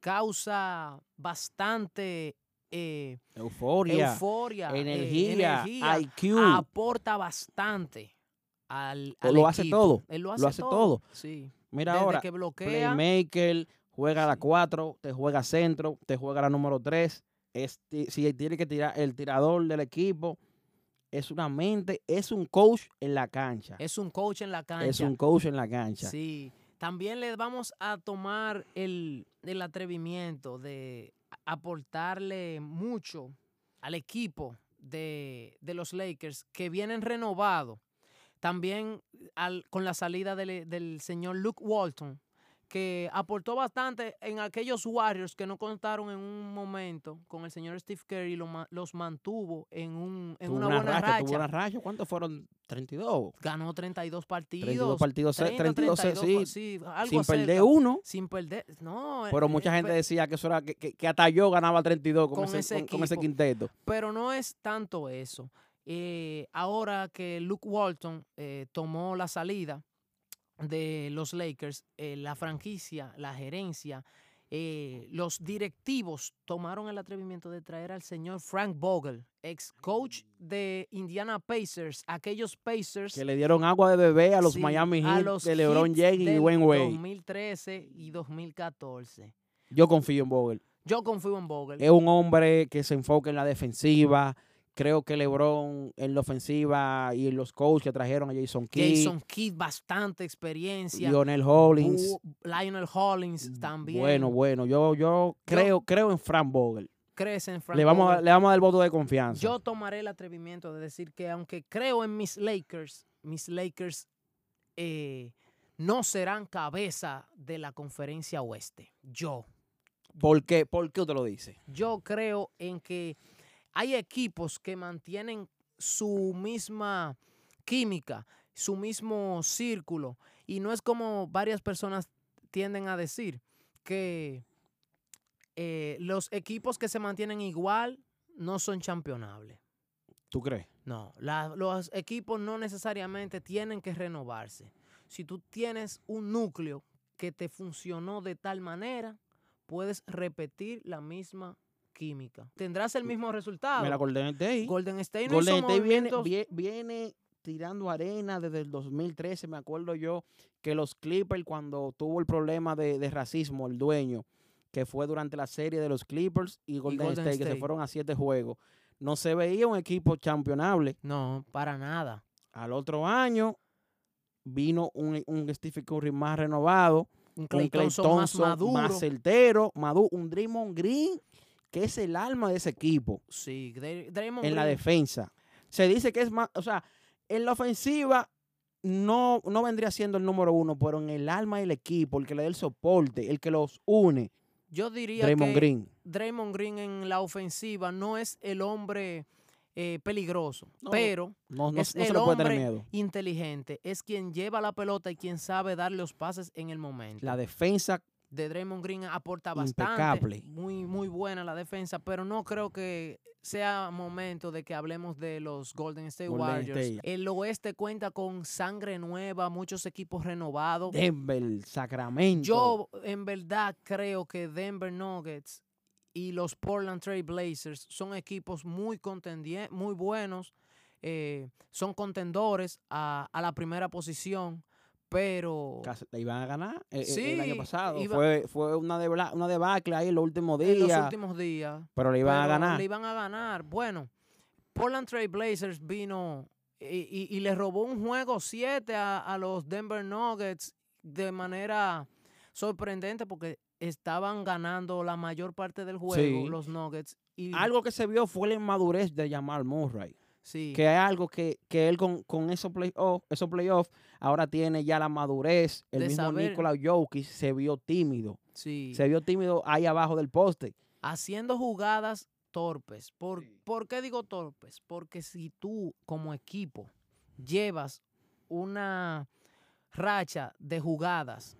Speaker 1: causa bastante eh,
Speaker 2: Euforia,
Speaker 1: euforia, eh,
Speaker 2: energía,
Speaker 1: energía,
Speaker 2: IQ.
Speaker 1: aporta bastante al,
Speaker 2: O
Speaker 1: al
Speaker 2: lo hace
Speaker 1: equipo.
Speaker 2: todo,
Speaker 1: Él lo hace,
Speaker 2: hace todo.
Speaker 1: Sí.
Speaker 2: Mira
Speaker 1: Desde
Speaker 2: ahora,
Speaker 1: que bloquea,
Speaker 2: playmaker, juega a la
Speaker 1: Sí.
Speaker 2: 4, te juega centro, te juega la número 3. Es, ti- si él tiene que tirar el tirador del equipo, es una mente, es un coach en la cancha. Es,
Speaker 1: es un coach en la cancha.
Speaker 2: un coach en la cancha.
Speaker 1: Sí, también le vamos a tomar el, el atrevimiento de a- aportarle mucho al equipo de, de los Lakers que vienen renovado. También al- con la salida del, del señor Luke Walton, que aportó bastante en aquellos Warriors que no contaron en un momento con el señor Steve Kerr y lo ma- los mantuvo en, un, en
Speaker 2: Tuvo
Speaker 1: una, buena racha.
Speaker 2: tuvo una racha. ¿Cuántos fueron? 32.
Speaker 1: Ganó 32 partidos.
Speaker 2: 32 partidos, se-
Speaker 1: 30,
Speaker 2: 32, se-
Speaker 1: 32,
Speaker 2: sí,
Speaker 1: sí, algo
Speaker 2: sin perder
Speaker 1: cerca.
Speaker 2: uno.
Speaker 1: Sin perder, no. eh,
Speaker 2: Pero mucha
Speaker 1: eh,
Speaker 2: gente
Speaker 1: pe-
Speaker 2: decía que, eso era, que, que, que hasta yo ganaba 32 con,
Speaker 1: Con
Speaker 2: ese,
Speaker 1: ese
Speaker 2: con- con ese
Speaker 1: equipo.
Speaker 2: quinteto.
Speaker 1: Pero no es tanto eso. Eh, ahora que Luke Walton eh, tomó la salida de los Lakers, eh, la franquicia, la gerencia, eh, los directivos tomaron el atrevimiento de traer al señor Frank Vogel, ex coach de Indiana Pacers, aquellos Pacers
Speaker 2: Que le dieron agua de bebé a los
Speaker 1: sí,
Speaker 2: Miami
Speaker 1: a
Speaker 2: Heat
Speaker 1: los
Speaker 2: de LeBron
Speaker 1: Heats
Speaker 2: James y
Speaker 1: del
Speaker 2: Dwayne Wade.
Speaker 1: 2013 y 2014.
Speaker 2: Yo confío en Vogel.
Speaker 1: Yo confío en Vogel.
Speaker 2: Es un hombre que se enfoca en la defensiva. Creo que LeBron en la ofensiva y los coaches que trajeron a Jason Kidd,
Speaker 1: Jason Kidd, bastante experiencia.
Speaker 2: Lionel Hollins. Mm,
Speaker 1: Bu- Lionel Hollins también.
Speaker 2: Bueno, bueno, yo, yo creo, creo en Frank Vogel.
Speaker 1: crece en Frank
Speaker 2: le, vamos a,
Speaker 1: Vogel.
Speaker 2: le vamos a dar el voto de confianza.
Speaker 1: Yo tomaré el atrevimiento de decir que aunque creo en mis Lakers, mis Lakers eh, no serán cabeza de la conferencia oeste. Yo.
Speaker 2: ¿Por qué? ¿Por qué te lo dice?
Speaker 1: Yo creo en que hay equipos que mantienen su misma química, su mismo círculo. Y no es como varias personas tienden a decir que eh, los equipos que se mantienen igual no son campeonables.
Speaker 2: ¿Tú crees?
Speaker 1: No, la- los equipos no necesariamente tienen que renovarse. Si tú tienes un núcleo que te funcionó de tal manera, puedes repetir la misma química. Tendrás el mismo resultado.
Speaker 2: Me la Golden State.
Speaker 1: Golden State no
Speaker 2: Golden
Speaker 1: hizo
Speaker 2: State viene,
Speaker 1: movimientos-
Speaker 2: vie- viene tirando arena desde el 2013. Me acuerdo yo que los Clippers, cuando tuvo el problema de, de racismo, el dueño, que fue durante la serie de los Clippers y Golden,
Speaker 1: Golden
Speaker 2: State, que se
Speaker 1: State.
Speaker 2: fueron a siete juegos, no se veía un equipo championable.
Speaker 1: No, para nada.
Speaker 2: Al otro año vino un, un Stephen Curry más renovado,
Speaker 1: Un Klay
Speaker 2: un Clay
Speaker 1: Thompson más
Speaker 2: Thompson
Speaker 1: maduro.
Speaker 2: más certero, madu- un Draymond Green, que es el alma de ese equipo
Speaker 1: sí, Dray- Draymond
Speaker 2: en la
Speaker 1: Green.
Speaker 2: defensa. Se dice que es más, o sea, en la ofensiva no, no vendría siendo el número uno, pero en el alma del equipo, el que le da el soporte, el que los une,
Speaker 1: Yo diría
Speaker 2: Draymond
Speaker 1: que
Speaker 2: Green.
Speaker 1: Draymond Green en la ofensiva no es el hombre eh, peligroso,
Speaker 2: No.
Speaker 1: pero
Speaker 2: No, no-
Speaker 1: es
Speaker 2: no se
Speaker 1: el
Speaker 2: le puede tener
Speaker 1: hombre
Speaker 2: miedo.
Speaker 1: inteligente, es quien lleva la pelota y quien sabe dar los pases en el momento.
Speaker 2: La defensa,
Speaker 1: de Draymond Green aporta bastante,
Speaker 2: Impecable.
Speaker 1: muy muy buena la defensa, pero no creo que sea momento de que hablemos de los Golden State
Speaker 2: Golden
Speaker 1: Warriors.
Speaker 2: State.
Speaker 1: El oeste cuenta con sangre nueva, muchos equipos renovados.
Speaker 2: Denver, Sacramento.
Speaker 1: Yo en verdad creo que Denver Nuggets y los Portland Trail Blazers son equipos muy contendien- muy buenos, eh, son contendores a, a la primera posición, pero
Speaker 2: Cas- la iban a ganar eh, eh, el año
Speaker 1: Sí,
Speaker 2: pasado.
Speaker 1: iba-
Speaker 2: Fue, fue una, debla- una debacle ahí en los últimos
Speaker 1: en los
Speaker 2: días,
Speaker 1: últimos días
Speaker 2: pero le iban a
Speaker 1: pero
Speaker 2: ganar.
Speaker 1: Le iban a ganar. Bueno, Portland Trail Blazers vino y, y- y le robó un juego 7 a, a los Denver Nuggets de manera sorprendente porque estaban ganando la mayor parte del juego
Speaker 2: Sí.
Speaker 1: los Nuggets. Y,
Speaker 2: Algo que se vio fue la inmadurez de Jamal Murray.
Speaker 1: sí,
Speaker 2: que es algo que, que él con, con esos playoffs esos playoff, ahora tiene ya la madurez. El
Speaker 1: De
Speaker 2: mismo
Speaker 1: saber.
Speaker 2: Nikola Jokic se vio tímido.
Speaker 1: sí.
Speaker 2: Se vio tímido ahí abajo del poste.
Speaker 1: haciendo jugadas torpes. ¿Por, ¿por qué digo torpes? Porque si tú como equipo llevas una racha de jugadas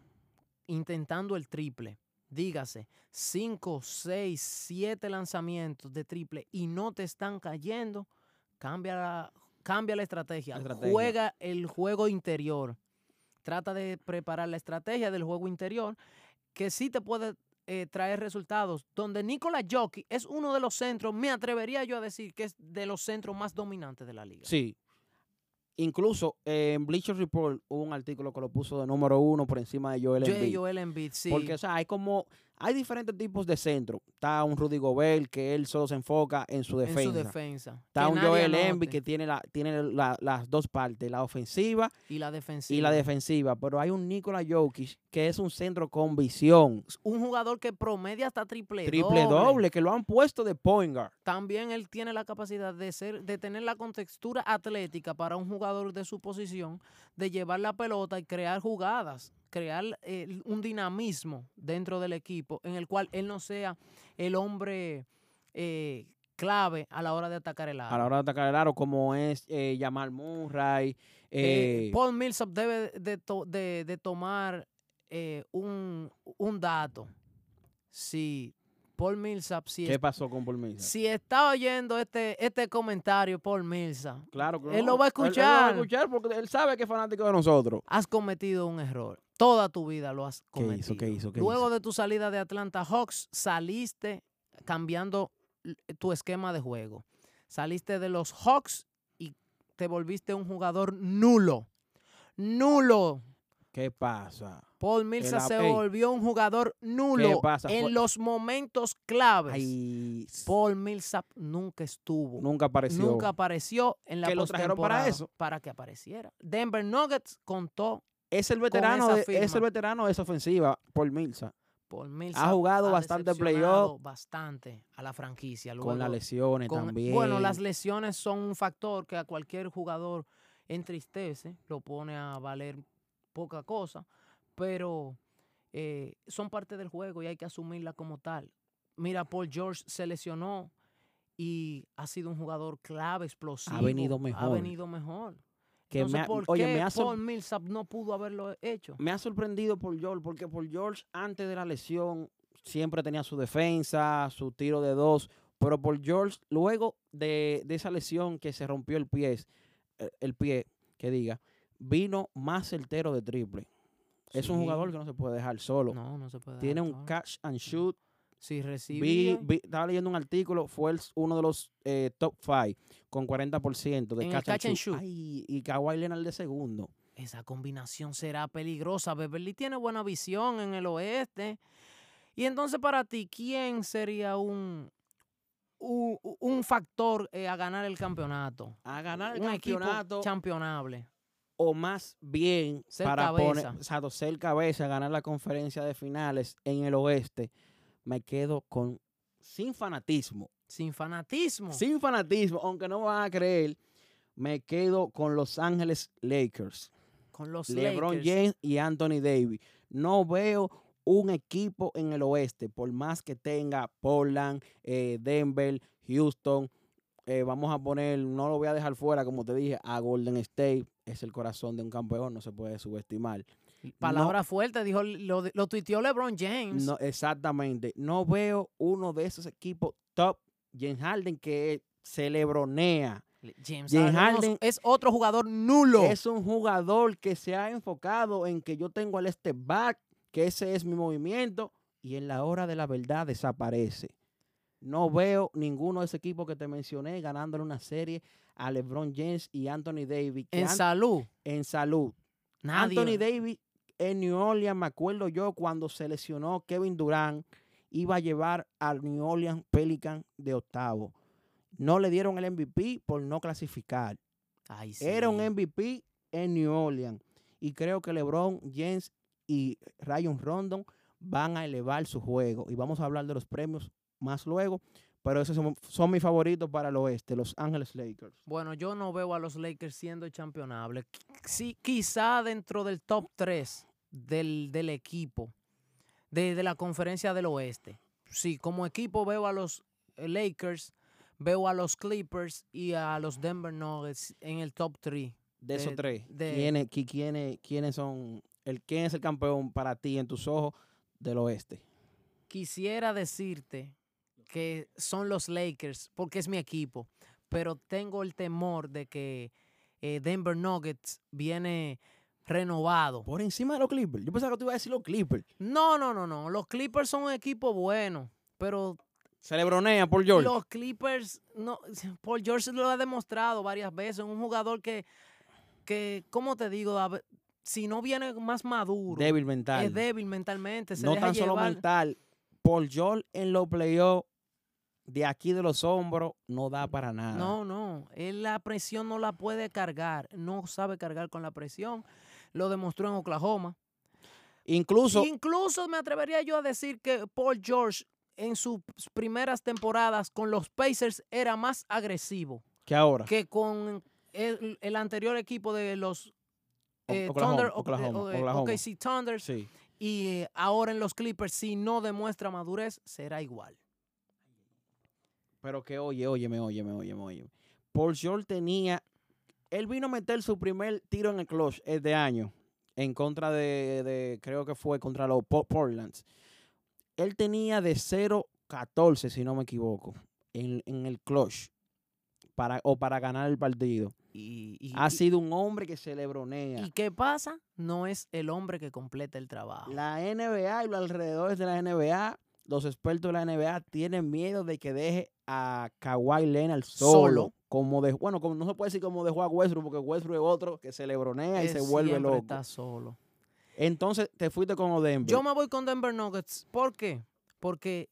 Speaker 1: intentando el triple, dígase 5, 6, 7 lanzamientos de triple y no te están cayendo, cambia la, cambia la estrategia.
Speaker 2: La estrategia.
Speaker 1: Juega el juego interior. Trata de preparar la estrategia del juego interior que sí te puede eh, traer resultados. Donde Nikola Jockey es uno de los centros, me atrevería yo a decir que es de los centros más dominantes de la liga.
Speaker 2: Sí. Incluso eh, en Bleacher Report hubo un artículo que lo puso de número uno por encima de Joel
Speaker 1: Yo-
Speaker 2: Embiid.
Speaker 1: Joel Embiid, sí.
Speaker 2: Porque, o sea, hay como. Hay diferentes tipos de centro. Está un Rudy Gobert que él solo se enfoca en su
Speaker 1: en
Speaker 2: defensa.
Speaker 1: su defensa.
Speaker 2: Está
Speaker 1: Que
Speaker 2: un
Speaker 1: nadie
Speaker 2: Joel
Speaker 1: anote.
Speaker 2: Embiid que tiene, la, tiene la- las dos partes, la ofensiva
Speaker 1: Y la defensiva.
Speaker 2: y la defensiva, pero hay un Nikola Jokic que es un centro con visión,
Speaker 1: Un jugador que promedia hasta triple,
Speaker 2: triple doble, que lo han puesto de point guard.
Speaker 1: También él tiene la capacidad de ser, de tener la contextura atlética para un jugador de su posición, de llevar la pelota y crear jugadas, crear eh, un dinamismo dentro del equipo, en el cual él no sea el hombre eh, clave a la hora de atacar el
Speaker 2: A
Speaker 1: área.
Speaker 2: la hora de atacar el aro, como es eh, Jamal Murray,
Speaker 1: Eh,
Speaker 2: eh,
Speaker 1: Paul Millsap debe de, to- de- de tomar eh, un, un dato. Si Paul Millsap, si,
Speaker 2: ¿qué
Speaker 1: es-
Speaker 2: pasó con Polmisa?
Speaker 1: si está oyendo este, este comentario, Paul Millsap,
Speaker 2: Claro que
Speaker 1: él lo va a
Speaker 2: Él, lo va a
Speaker 1: escuchar.
Speaker 2: escuchar porque él sabe que es fanático de nosotros.
Speaker 1: has cometido un error. Toda tu vida lo has
Speaker 2: ¿Qué hizo?
Speaker 1: cometido.
Speaker 2: ¿Qué hizo? ¿Qué
Speaker 1: Luego de tu salida de Atlanta Hawks, saliste cambiando l- eh, tu esquema de juego. Saliste de los Hawks y te volviste un jugador nulo. Nulo.
Speaker 2: ¿Qué pasa?
Speaker 1: Paul Millsap
Speaker 2: la-
Speaker 1: se
Speaker 2: ey.
Speaker 1: volvió un jugador nulo
Speaker 2: pasa? Fue-
Speaker 1: en los momentos claves.
Speaker 2: Ay, s-
Speaker 1: Paul Millsap nunca estuvo.
Speaker 2: nunca apareció.
Speaker 1: Nunca apareció en la
Speaker 2: Que lo trajeron para
Speaker 1: postemporada
Speaker 2: eso.
Speaker 1: Para que apareciera. Denver Nuggets contó
Speaker 2: es el veterano,
Speaker 1: esa
Speaker 2: de, es el
Speaker 1: firma.
Speaker 2: veterano de esa ofensiva por Milsa
Speaker 1: Paul Millsap.
Speaker 2: jugado bastante
Speaker 1: decepcionado
Speaker 2: playoff.
Speaker 1: Bastante a la franquicia.
Speaker 2: con las
Speaker 1: luego
Speaker 2: lesiones
Speaker 1: con-
Speaker 2: también.
Speaker 1: Bueno, las lesiones son un factor que a cualquier jugador entristece, lo pone a valer poca cosa, pero eh, son parte del juego y hay que asumirla como tal. Mira, Paul George se lesionó y ha sido un jugador clave, explosivo.
Speaker 2: venido
Speaker 1: Ha
Speaker 2: mejor.
Speaker 1: venido mejor.
Speaker 2: que
Speaker 1: no sé
Speaker 2: me ha-
Speaker 1: por
Speaker 2: oye,
Speaker 1: qué
Speaker 2: me ha, sor-
Speaker 1: Paul Millsap no pudo haberlo hecho.
Speaker 2: me ha sorprendido por George, porque por George antes de la lesión siempre tenía su defensa, su tiro de dos, pero por George luego de, de esa lesión que se rompió el pie, eh, el pie, que diga, vino más certero de triple. Es un
Speaker 1: Sí.
Speaker 2: jugador que no se puede dejar solo.
Speaker 1: No, no se puede.
Speaker 2: Tiene
Speaker 1: dejar
Speaker 2: un
Speaker 1: solo.
Speaker 2: catch and shoot.
Speaker 1: Si
Speaker 2: Vi-
Speaker 1: recibía,
Speaker 2: vi- estaba leyendo un artículo, fue el- uno de los eh, top 5 con 40% de
Speaker 1: En el
Speaker 2: catch,
Speaker 1: catch and shoot.
Speaker 2: Ay, y Kawhi Leonard de segundo.
Speaker 1: Esa combinación será peligrosa. Beverly tiene buena visión en el oeste. Y entonces para ti, ¿quién sería un, u- u- un factor eh, a ganar el campeonato?
Speaker 2: A ganar el
Speaker 1: un
Speaker 2: campeonato.
Speaker 1: equipo champeonable.
Speaker 2: o más bien
Speaker 1: Ser
Speaker 2: para poner,
Speaker 1: cabeza.
Speaker 2: o sea, do- ser cabeza, ganar la conferencia de finales en el oeste, me quedo con sin fanatismo,
Speaker 1: Sin fanatismo.
Speaker 2: sin fanatismo, aunque no van a creer, me quedo con Los Ángeles Lakers,
Speaker 1: Con los
Speaker 2: LeBron
Speaker 1: Lakers.
Speaker 2: James y Anthony Davis. No veo un equipo en el oeste, por más que tenga Portland, eh, Denver, Houston. eh, vamos a poner, no lo voy a dejar fuera, como te dije, a Golden State. Es el corazón de un campeón, no se puede subestimar.
Speaker 1: Palabra fuerte, dijo, lo, lo tuiteó LeBron James.
Speaker 2: No, exactamente. No veo uno de esos equipos top. James Harden que celebronea.
Speaker 1: Le- James, Harden
Speaker 2: James
Speaker 1: no-
Speaker 2: Harden-
Speaker 1: es otro jugador nulo.
Speaker 2: Es un jugador que se ha enfocado en que yo tengo el step back, que ese es mi movimiento, y en la hora de la verdad desaparece. No veo ninguno de ese equipo que te mencioné ganándole una serie a LeBron James y Anthony Davis. que
Speaker 1: en
Speaker 2: an-
Speaker 1: salud.
Speaker 2: en salud.
Speaker 1: Nadie.
Speaker 2: Anthony Davis en New Orleans, me acuerdo yo cuando se lesionó Kevin Durant, iba a llevar al New Orleans Pelican de octavo. No le dieron el MVP por no clasificar.
Speaker 1: Ay,
Speaker 2: Era un
Speaker 1: sí.
Speaker 2: MVP en New Orleans. Y creo que LeBron James y Ryan Rondon van a elevar su juego. Y vamos a hablar de los premios más luego. Pero esos son, son mis favoritos para el oeste, Los Ángeles Lakers.
Speaker 1: Bueno, yo no veo a los Lakers siendo campeonables. Qui- Sí, quizá dentro del top 3 del, del equipo, de, de la conferencia del oeste. Sí, como equipo veo a los eh, Lakers, veo a los Clippers y a los Denver Nuggets en el top 3.
Speaker 2: Eh, De esos
Speaker 1: De-
Speaker 2: tres,
Speaker 1: de-
Speaker 2: ¿quiénes, qui- quiénes, quiénes son, el, quién es el campeón para ti en tus ojos del oeste?
Speaker 1: Quisiera decirte que son los Lakers porque es mi equipo, pero tengo el temor de que eh, Denver Nuggets viene renovado.
Speaker 2: Por encima de los Clippers. Yo pensaba que tú ibas a decir los Clippers.
Speaker 1: No, no, no, no. Los Clippers son un equipo bueno, pero
Speaker 2: Celebronea por George.
Speaker 1: los Clippers, no, Paul George lo ha demostrado varias veces. Un jugador que, que ¿cómo te digo? A ve- Si no viene más maduro,
Speaker 2: Débil mental.
Speaker 1: es débil mentalmente. Se
Speaker 2: no
Speaker 1: deja
Speaker 2: tan solo
Speaker 1: llevar.
Speaker 2: mental. Por George en los playoffs, de aquí de los hombros, no da para nada.
Speaker 1: No, no. Él la presión no la puede cargar. No sabe cargar con la presión. Lo demostró en Oklahoma.
Speaker 2: Incluso,
Speaker 1: Incluso me atrevería yo a decir que Paul George en sus primeras temporadas con los Pacers era más agresivo.
Speaker 2: que ahora.
Speaker 1: que con el, el anterior equipo de los
Speaker 2: O-
Speaker 1: eh,
Speaker 2: Oklahoma,
Speaker 1: Thunder, o-
Speaker 2: Oklahoma,
Speaker 1: o- eh,
Speaker 2: Oklahoma.
Speaker 1: OKC Thunder
Speaker 2: Sí.
Speaker 1: y eh, ahora en los Clippers, si no demuestra madurez, será igual.
Speaker 2: Pero que oye, óyeme, óyeme, óyeme, óyeme. Paul George tenía. Él vino a meter su primer tiro en el clutch este año. En contra de, de- creo que fue contra los Po- Portlands. Él tenía de 0-14, si no me equivoco, en, en el clutch. Para, o para ganar el partido.
Speaker 1: Y, y-
Speaker 2: Ha
Speaker 1: y-
Speaker 2: sido un hombre que celebronea.
Speaker 1: ¿y qué pasa? No es el hombre que completa el trabajo.
Speaker 2: La NBA y los alrededores de la NBA, los expertos de la NBA tienen miedo de que deje a Kawhi Leonard solo.
Speaker 1: Solo.
Speaker 2: Como de, bueno, como no se puede decir como dejó a Westbrook, porque Westbrook es otro que se lebronea y
Speaker 1: Él
Speaker 2: se vuelve
Speaker 1: siempre
Speaker 2: loco.
Speaker 1: está solo.
Speaker 2: Entonces te fuiste con o Denver.
Speaker 1: Yo me voy con Denver Nuggets. ¿Por qué? Porque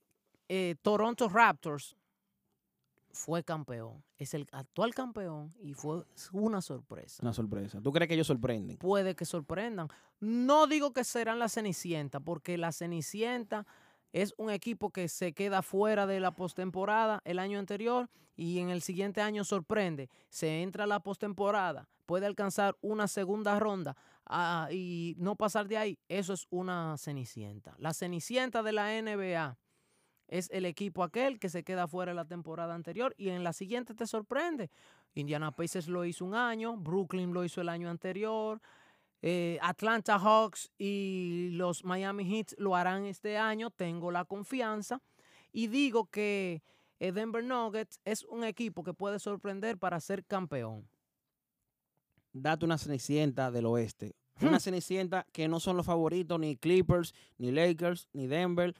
Speaker 1: eh, Toronto Raptors fue campeón. Es el actual campeón y fue una sorpresa.
Speaker 2: Una sorpresa. ¿Tú crees que ellos sorprenden?
Speaker 1: Puede que sorprendan. No digo que serán la Cenicienta, porque la Cenicienta es un equipo que se queda fuera de la postemporada el año anterior y en el siguiente año sorprende. Se entra a la postemporada, puede alcanzar una segunda ronda ah, y no pasar de ahí. Eso es una Cenicienta. La Cenicienta de la NBA es el equipo aquel que se queda fuera la temporada anterior y en la siguiente te sorprende. Indiana Pacers lo hizo un año, Brooklyn lo hizo el año anterior, eh, Atlanta Hawks y los Miami Heat lo harán este año, tengo la confianza. Y digo que eh, Denver Nuggets es un equipo que puede sorprender para ser campeón.
Speaker 2: Date una cenicienta del oeste.
Speaker 1: Hmm.
Speaker 2: Una cenicienta que no son los favoritos ni Clippers, ni Lakers, ni Denver,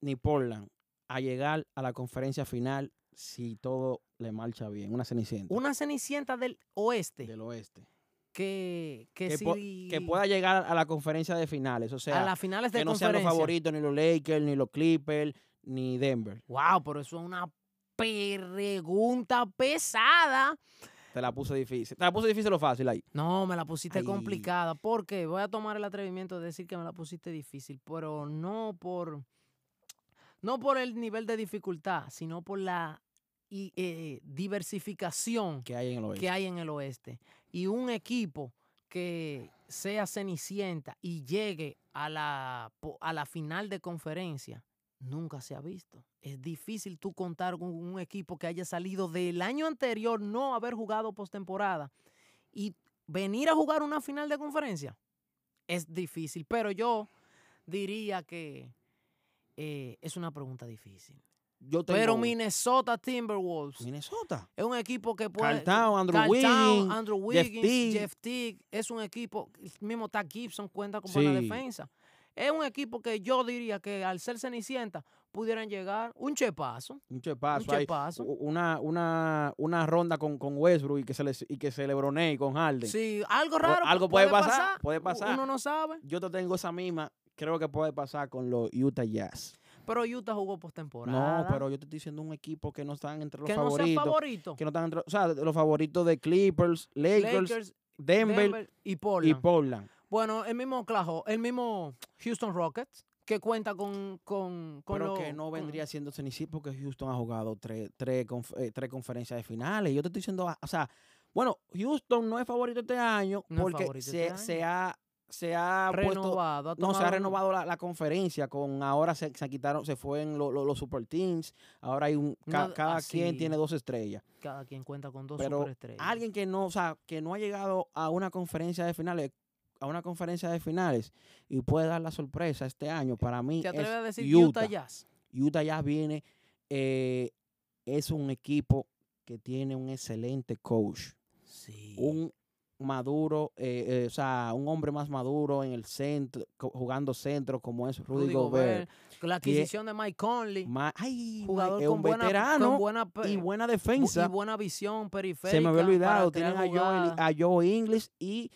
Speaker 2: ni Portland a llegar a la conferencia final si todo le marcha bien. Una cenicienta
Speaker 1: Una Cenicienta del Oeste
Speaker 2: del oeste.
Speaker 1: que, que,
Speaker 2: Que,
Speaker 1: si-
Speaker 2: po- que pueda llegar a la conferencia de finales. O sea,
Speaker 1: a las finales de
Speaker 2: que no sean los
Speaker 1: conferencia.
Speaker 2: favoritos ni los Lakers, ni los Clippers, ni Denver.
Speaker 1: Wow, pero eso es una pregunta pesada.
Speaker 2: Te la puse difícil. Te la puse difícil o fácil ahí.
Speaker 1: No, me la pusiste
Speaker 2: Ay.
Speaker 1: complicada. ¿Por qué? Voy a tomar el atrevimiento de decir que me la pusiste difícil, pero no por no por el nivel de dificultad, sino por la y, eh, diversificación
Speaker 2: Que hay en el oeste.
Speaker 1: que hay en el oeste. Y un equipo que sea cenicienta y llegue a la, po- a la final de conferencia, nunca se ha visto. Es difícil tú contar con un equipo que haya salido del año anterior, no haber jugado postemporada, y venir a jugar una final de conferencia. Es difícil, pero yo diría que eh, es una pregunta difícil.
Speaker 2: Yo tengo
Speaker 1: Pero
Speaker 2: un-
Speaker 1: Minnesota Timberwolves
Speaker 2: Minnesota.
Speaker 1: es un equipo que puede.
Speaker 2: Carl Town, Andrew
Speaker 1: pues, Carl Town,
Speaker 2: Wiggins,
Speaker 1: Andrew
Speaker 2: Jeff
Speaker 1: Wiggins,
Speaker 2: Teague.
Speaker 1: Jeff Teague, es un equipo, el mismo Tad Gibson cuenta con buena
Speaker 2: Sí.
Speaker 1: defensa. Es un equipo que yo diría que al ser Cenicienta pudieran llegar un chepazo,
Speaker 2: Un chepazo
Speaker 1: un
Speaker 2: ahí.
Speaker 1: chepazo.
Speaker 2: U- Una, una, una ronda con, con Westbrook y que se le, y que se le bronee con Harden.
Speaker 1: Sí, algo
Speaker 2: Pero
Speaker 1: raro
Speaker 2: algo puede pasar, puede
Speaker 1: u-
Speaker 2: pasar.
Speaker 1: Uno no sabe,
Speaker 2: Yo te tengo esa misma. Creo que puede pasar con los Utah Jazz.
Speaker 1: pero Utah jugó
Speaker 2: No,
Speaker 1: postemporada.
Speaker 2: pero yo te estoy diciendo un equipo que no están entre los
Speaker 1: que no sean
Speaker 2: favoritos.
Speaker 1: favoritos.
Speaker 2: que no están entre, o sea, de los favoritos de Clippers, Lakers,
Speaker 1: Lakers,
Speaker 2: Denver,
Speaker 1: Denver y
Speaker 2: y
Speaker 1: Portland.
Speaker 2: Portland.
Speaker 1: bueno, el mismo Oklahoma, el mismo Houston Rockets que cuenta con con, con
Speaker 2: Pero
Speaker 1: lo-
Speaker 2: que no
Speaker 1: con-
Speaker 2: vendría siendo Cenicienta porque Houston ha jugado tres, tres, conf- eh, tres conferencias de finales. Yo te estoy diciendo, ah, o sea, bueno, Houston no es favorito este año
Speaker 1: No es
Speaker 2: porque
Speaker 1: favorito
Speaker 2: se,
Speaker 1: este
Speaker 2: se ha, se ha puesto
Speaker 1: renovado. ha
Speaker 2: No, se ha
Speaker 1: tomado-
Speaker 2: renovado la, la conferencia con ahora se, se quitaron, se fueron lo- lo- los super teams, ahora hay un ca-
Speaker 1: Una-
Speaker 2: cada
Speaker 1: ah,
Speaker 2: quien
Speaker 1: sí.
Speaker 2: tiene dos estrellas.
Speaker 1: Cada quien cuenta con dos
Speaker 2: Pero
Speaker 1: superestrellas.
Speaker 2: Alguien que no, o sea, que no ha llegado a una conferencia de finales, a una conferencia de finales y puede dar la sorpresa este año para mí
Speaker 1: ¿Te atreves
Speaker 2: es
Speaker 1: a decir
Speaker 2: Utah.
Speaker 1: Utah Jazz?
Speaker 2: Utah ya viene eh, es un equipo que tiene un excelente coach
Speaker 1: Sí.
Speaker 2: un maduro, eh, eh, o sea, un hombre más maduro en el centro, co- jugando centro como es Rudy,
Speaker 1: Rudy
Speaker 2: Gobert.
Speaker 1: Gobert. con La
Speaker 2: Tie-
Speaker 1: adquisición de Mike Conley.
Speaker 2: Ma- ay,
Speaker 1: Jugador
Speaker 2: es
Speaker 1: con,
Speaker 2: un
Speaker 1: buena,
Speaker 2: veterano
Speaker 1: con buena pe-
Speaker 2: y buena
Speaker 1: bu-
Speaker 2: defensa.
Speaker 1: y buena visión periférica.
Speaker 2: Se me había
Speaker 1: para
Speaker 2: olvidado,
Speaker 1: crear
Speaker 2: tienen a Joe,
Speaker 1: jugadas.
Speaker 2: a Joe Inglis y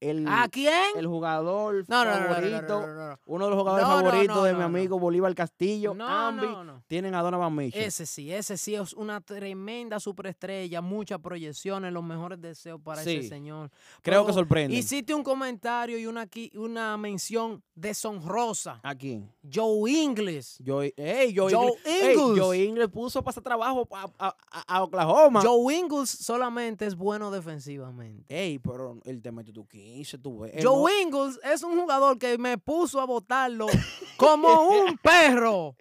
Speaker 2: el,
Speaker 1: ¿A Ah, quién?
Speaker 2: el jugador
Speaker 1: No, no, no, no, no,
Speaker 2: favorito,
Speaker 1: no, no, no.
Speaker 2: uno de los jugadores
Speaker 1: No, no,
Speaker 2: favoritos
Speaker 1: no,
Speaker 2: de
Speaker 1: no,
Speaker 2: mi
Speaker 1: no.
Speaker 2: amigo Bolívar Castillo,
Speaker 1: No,
Speaker 2: Ambi.
Speaker 1: no, no.
Speaker 2: Tienen a Donovan Mitchell.
Speaker 1: Ese sí, ese sí es una tremenda superestrella, muchas proyecciones, los mejores deseos para
Speaker 2: Sí.
Speaker 1: ese señor.
Speaker 2: Creo que
Speaker 1: Pero
Speaker 2: sorprende.
Speaker 1: Hiciste un comentario y una, qui- una mención deshonrosa.
Speaker 2: ¿A quién?
Speaker 1: Joe Inglis.
Speaker 2: Joe, ey, Joe,
Speaker 1: Joe
Speaker 2: Ingles. Ey,
Speaker 1: Ingles.
Speaker 2: Joe Ingles puso pasar trabajo a, a- a- a Oklahoma.
Speaker 1: Joe Ingles solamente es bueno defensivamente.
Speaker 2: Ey, pero él te metió tu 15, tu ve- él
Speaker 1: Joe
Speaker 2: no-
Speaker 1: Ingles es un jugador que me puso a botarlo como un perro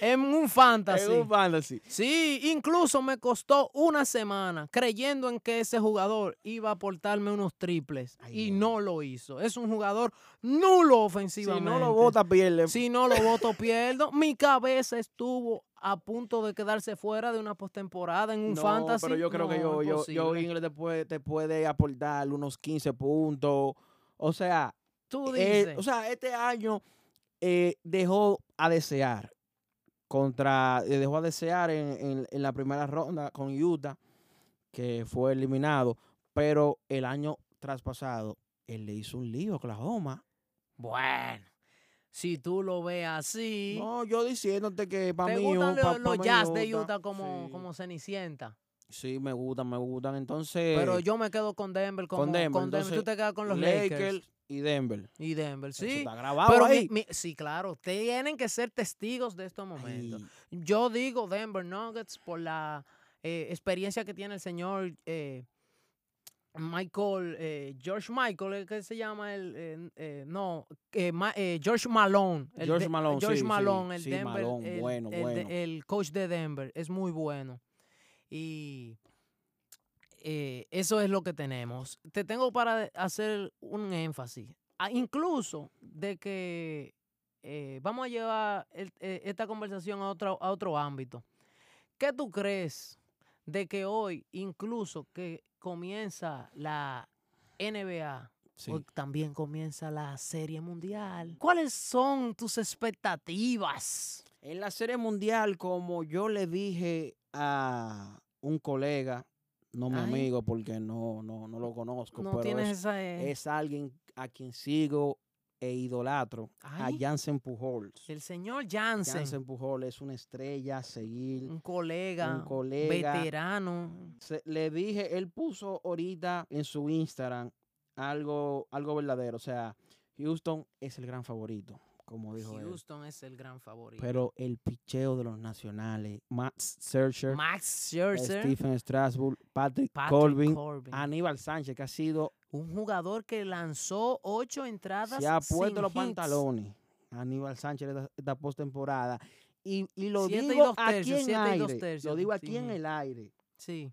Speaker 1: en un
Speaker 2: es
Speaker 1: fantasy.
Speaker 2: un fantasy.
Speaker 1: Sí, incluso me costó una semana creyendo en que ese jugador iba a aportarme unos triples
Speaker 2: Ay,
Speaker 1: y
Speaker 2: no.
Speaker 1: no lo hizo. Es un jugador nulo
Speaker 2: Si
Speaker 1: ofensivamente.
Speaker 2: no lo bota, pierde.
Speaker 1: Si no lo voto, pierdo. Mi cabeza estuvo a punto de quedarse fuera de una postemporada en un
Speaker 2: No,
Speaker 1: fantasy.
Speaker 2: pero yo creo que
Speaker 1: No,
Speaker 2: yo, yo, yo
Speaker 1: imposible.
Speaker 2: Ingles te puede, te puede aportar unos 15 puntos. O sea,
Speaker 1: Tú
Speaker 2: él-
Speaker 1: dices.
Speaker 2: o sea este año eh, dejó a desear. Contra, eh, dejó a desear en, en- en la primera ronda con Utah, que fue eliminado. Pero el año traspasado, él le hizo un lío a Oklahoma.
Speaker 1: Bueno, si tú lo ves así,
Speaker 2: No, yo diciéndote que para
Speaker 1: ¿te
Speaker 2: mí.
Speaker 1: gustan
Speaker 2: Utah,
Speaker 1: los,
Speaker 2: pa'
Speaker 1: los
Speaker 2: mí
Speaker 1: jazz de
Speaker 2: Utah.
Speaker 1: Utah como,
Speaker 2: Sí.
Speaker 1: como Cenicienta?
Speaker 2: Sí, me gustan, me gustan. Entonces.
Speaker 1: Pero yo me quedo con Denver. Como, con Denver.
Speaker 2: Denver,
Speaker 1: Tú
Speaker 2: entonces,
Speaker 1: te quedas con los
Speaker 2: Lakers,
Speaker 1: Lakers.
Speaker 2: y Denver.
Speaker 1: Y Denver,
Speaker 2: Eso
Speaker 1: sí.
Speaker 2: está grabado
Speaker 1: Pero mi-
Speaker 2: ahí.
Speaker 1: mi- sí, claro, tienen que ser testigos de estos momentos.
Speaker 2: Ay,
Speaker 1: Yo digo Denver Nuggets por la eh, experiencia que tiene el señor eh, Michael, eh, George Michael, eh, que se llama el, eh, eh, no, eh, Ma- eh, George Malone. el
Speaker 2: George
Speaker 1: de-
Speaker 2: Malone,
Speaker 1: George
Speaker 2: sí, sí,
Speaker 1: Malone, el
Speaker 2: sí,
Speaker 1: Denver,
Speaker 2: Malone,
Speaker 1: el-
Speaker 2: bueno,
Speaker 1: el de-
Speaker 2: bueno.
Speaker 1: el coach de Denver, es muy bueno. Y eh, eso es lo que tenemos. Te tengo para de- hacer un énfasis. Ah, incluso de que eh, vamos a llevar el- eh, esta conversación a otro, a otro ámbito. ¿Qué tú crees de que hoy, incluso que comienza la NBA,
Speaker 2: sí.
Speaker 1: hoy también comienza la Serie Mundial? ¿Cuáles son tus expectativas?
Speaker 2: En la Serie Mundial, como yo le dije a un colega, no mi
Speaker 1: Ay.
Speaker 2: amigo porque no, no, no lo conozco,
Speaker 1: No
Speaker 2: pero
Speaker 1: tienes
Speaker 2: es,
Speaker 1: esa... eh,
Speaker 2: es alguien a quien sigo e idolatro,
Speaker 1: ay,
Speaker 2: a Jansen Pujols.
Speaker 1: el señor Jansen,
Speaker 2: Jansen Pujols es una estrella a seguir.
Speaker 1: un colega,
Speaker 2: un colega.
Speaker 1: veterano.
Speaker 2: Se- le dije, él puso ahorita en su Instagram algo, algo verdadero. O sea, Houston es el gran favorito, como dijo él.
Speaker 1: Houston es el gran favorito.
Speaker 2: Pero el picheo de los nacionales, Matt Searcher,
Speaker 1: Max Scherzer,
Speaker 2: Stephen Strasburg, Patrick,
Speaker 1: Patrick
Speaker 2: Colvin,
Speaker 1: Corbin.
Speaker 2: Aníbal Sánchez, que ha sido,
Speaker 1: un jugador que lanzó ocho entradas.
Speaker 2: se ha
Speaker 1: sin
Speaker 2: puesto los
Speaker 1: hits.
Speaker 2: pantalones. Aníbal Sánchez esta, esta postemporada. Y, y lo
Speaker 1: Siete y
Speaker 2: digo
Speaker 1: dos
Speaker 2: aquí
Speaker 1: tercios,
Speaker 2: en
Speaker 1: siete y dos
Speaker 2: aire,
Speaker 1: tercios,
Speaker 2: Lo digo aquí
Speaker 1: sí.
Speaker 2: en el aire.
Speaker 1: Sí.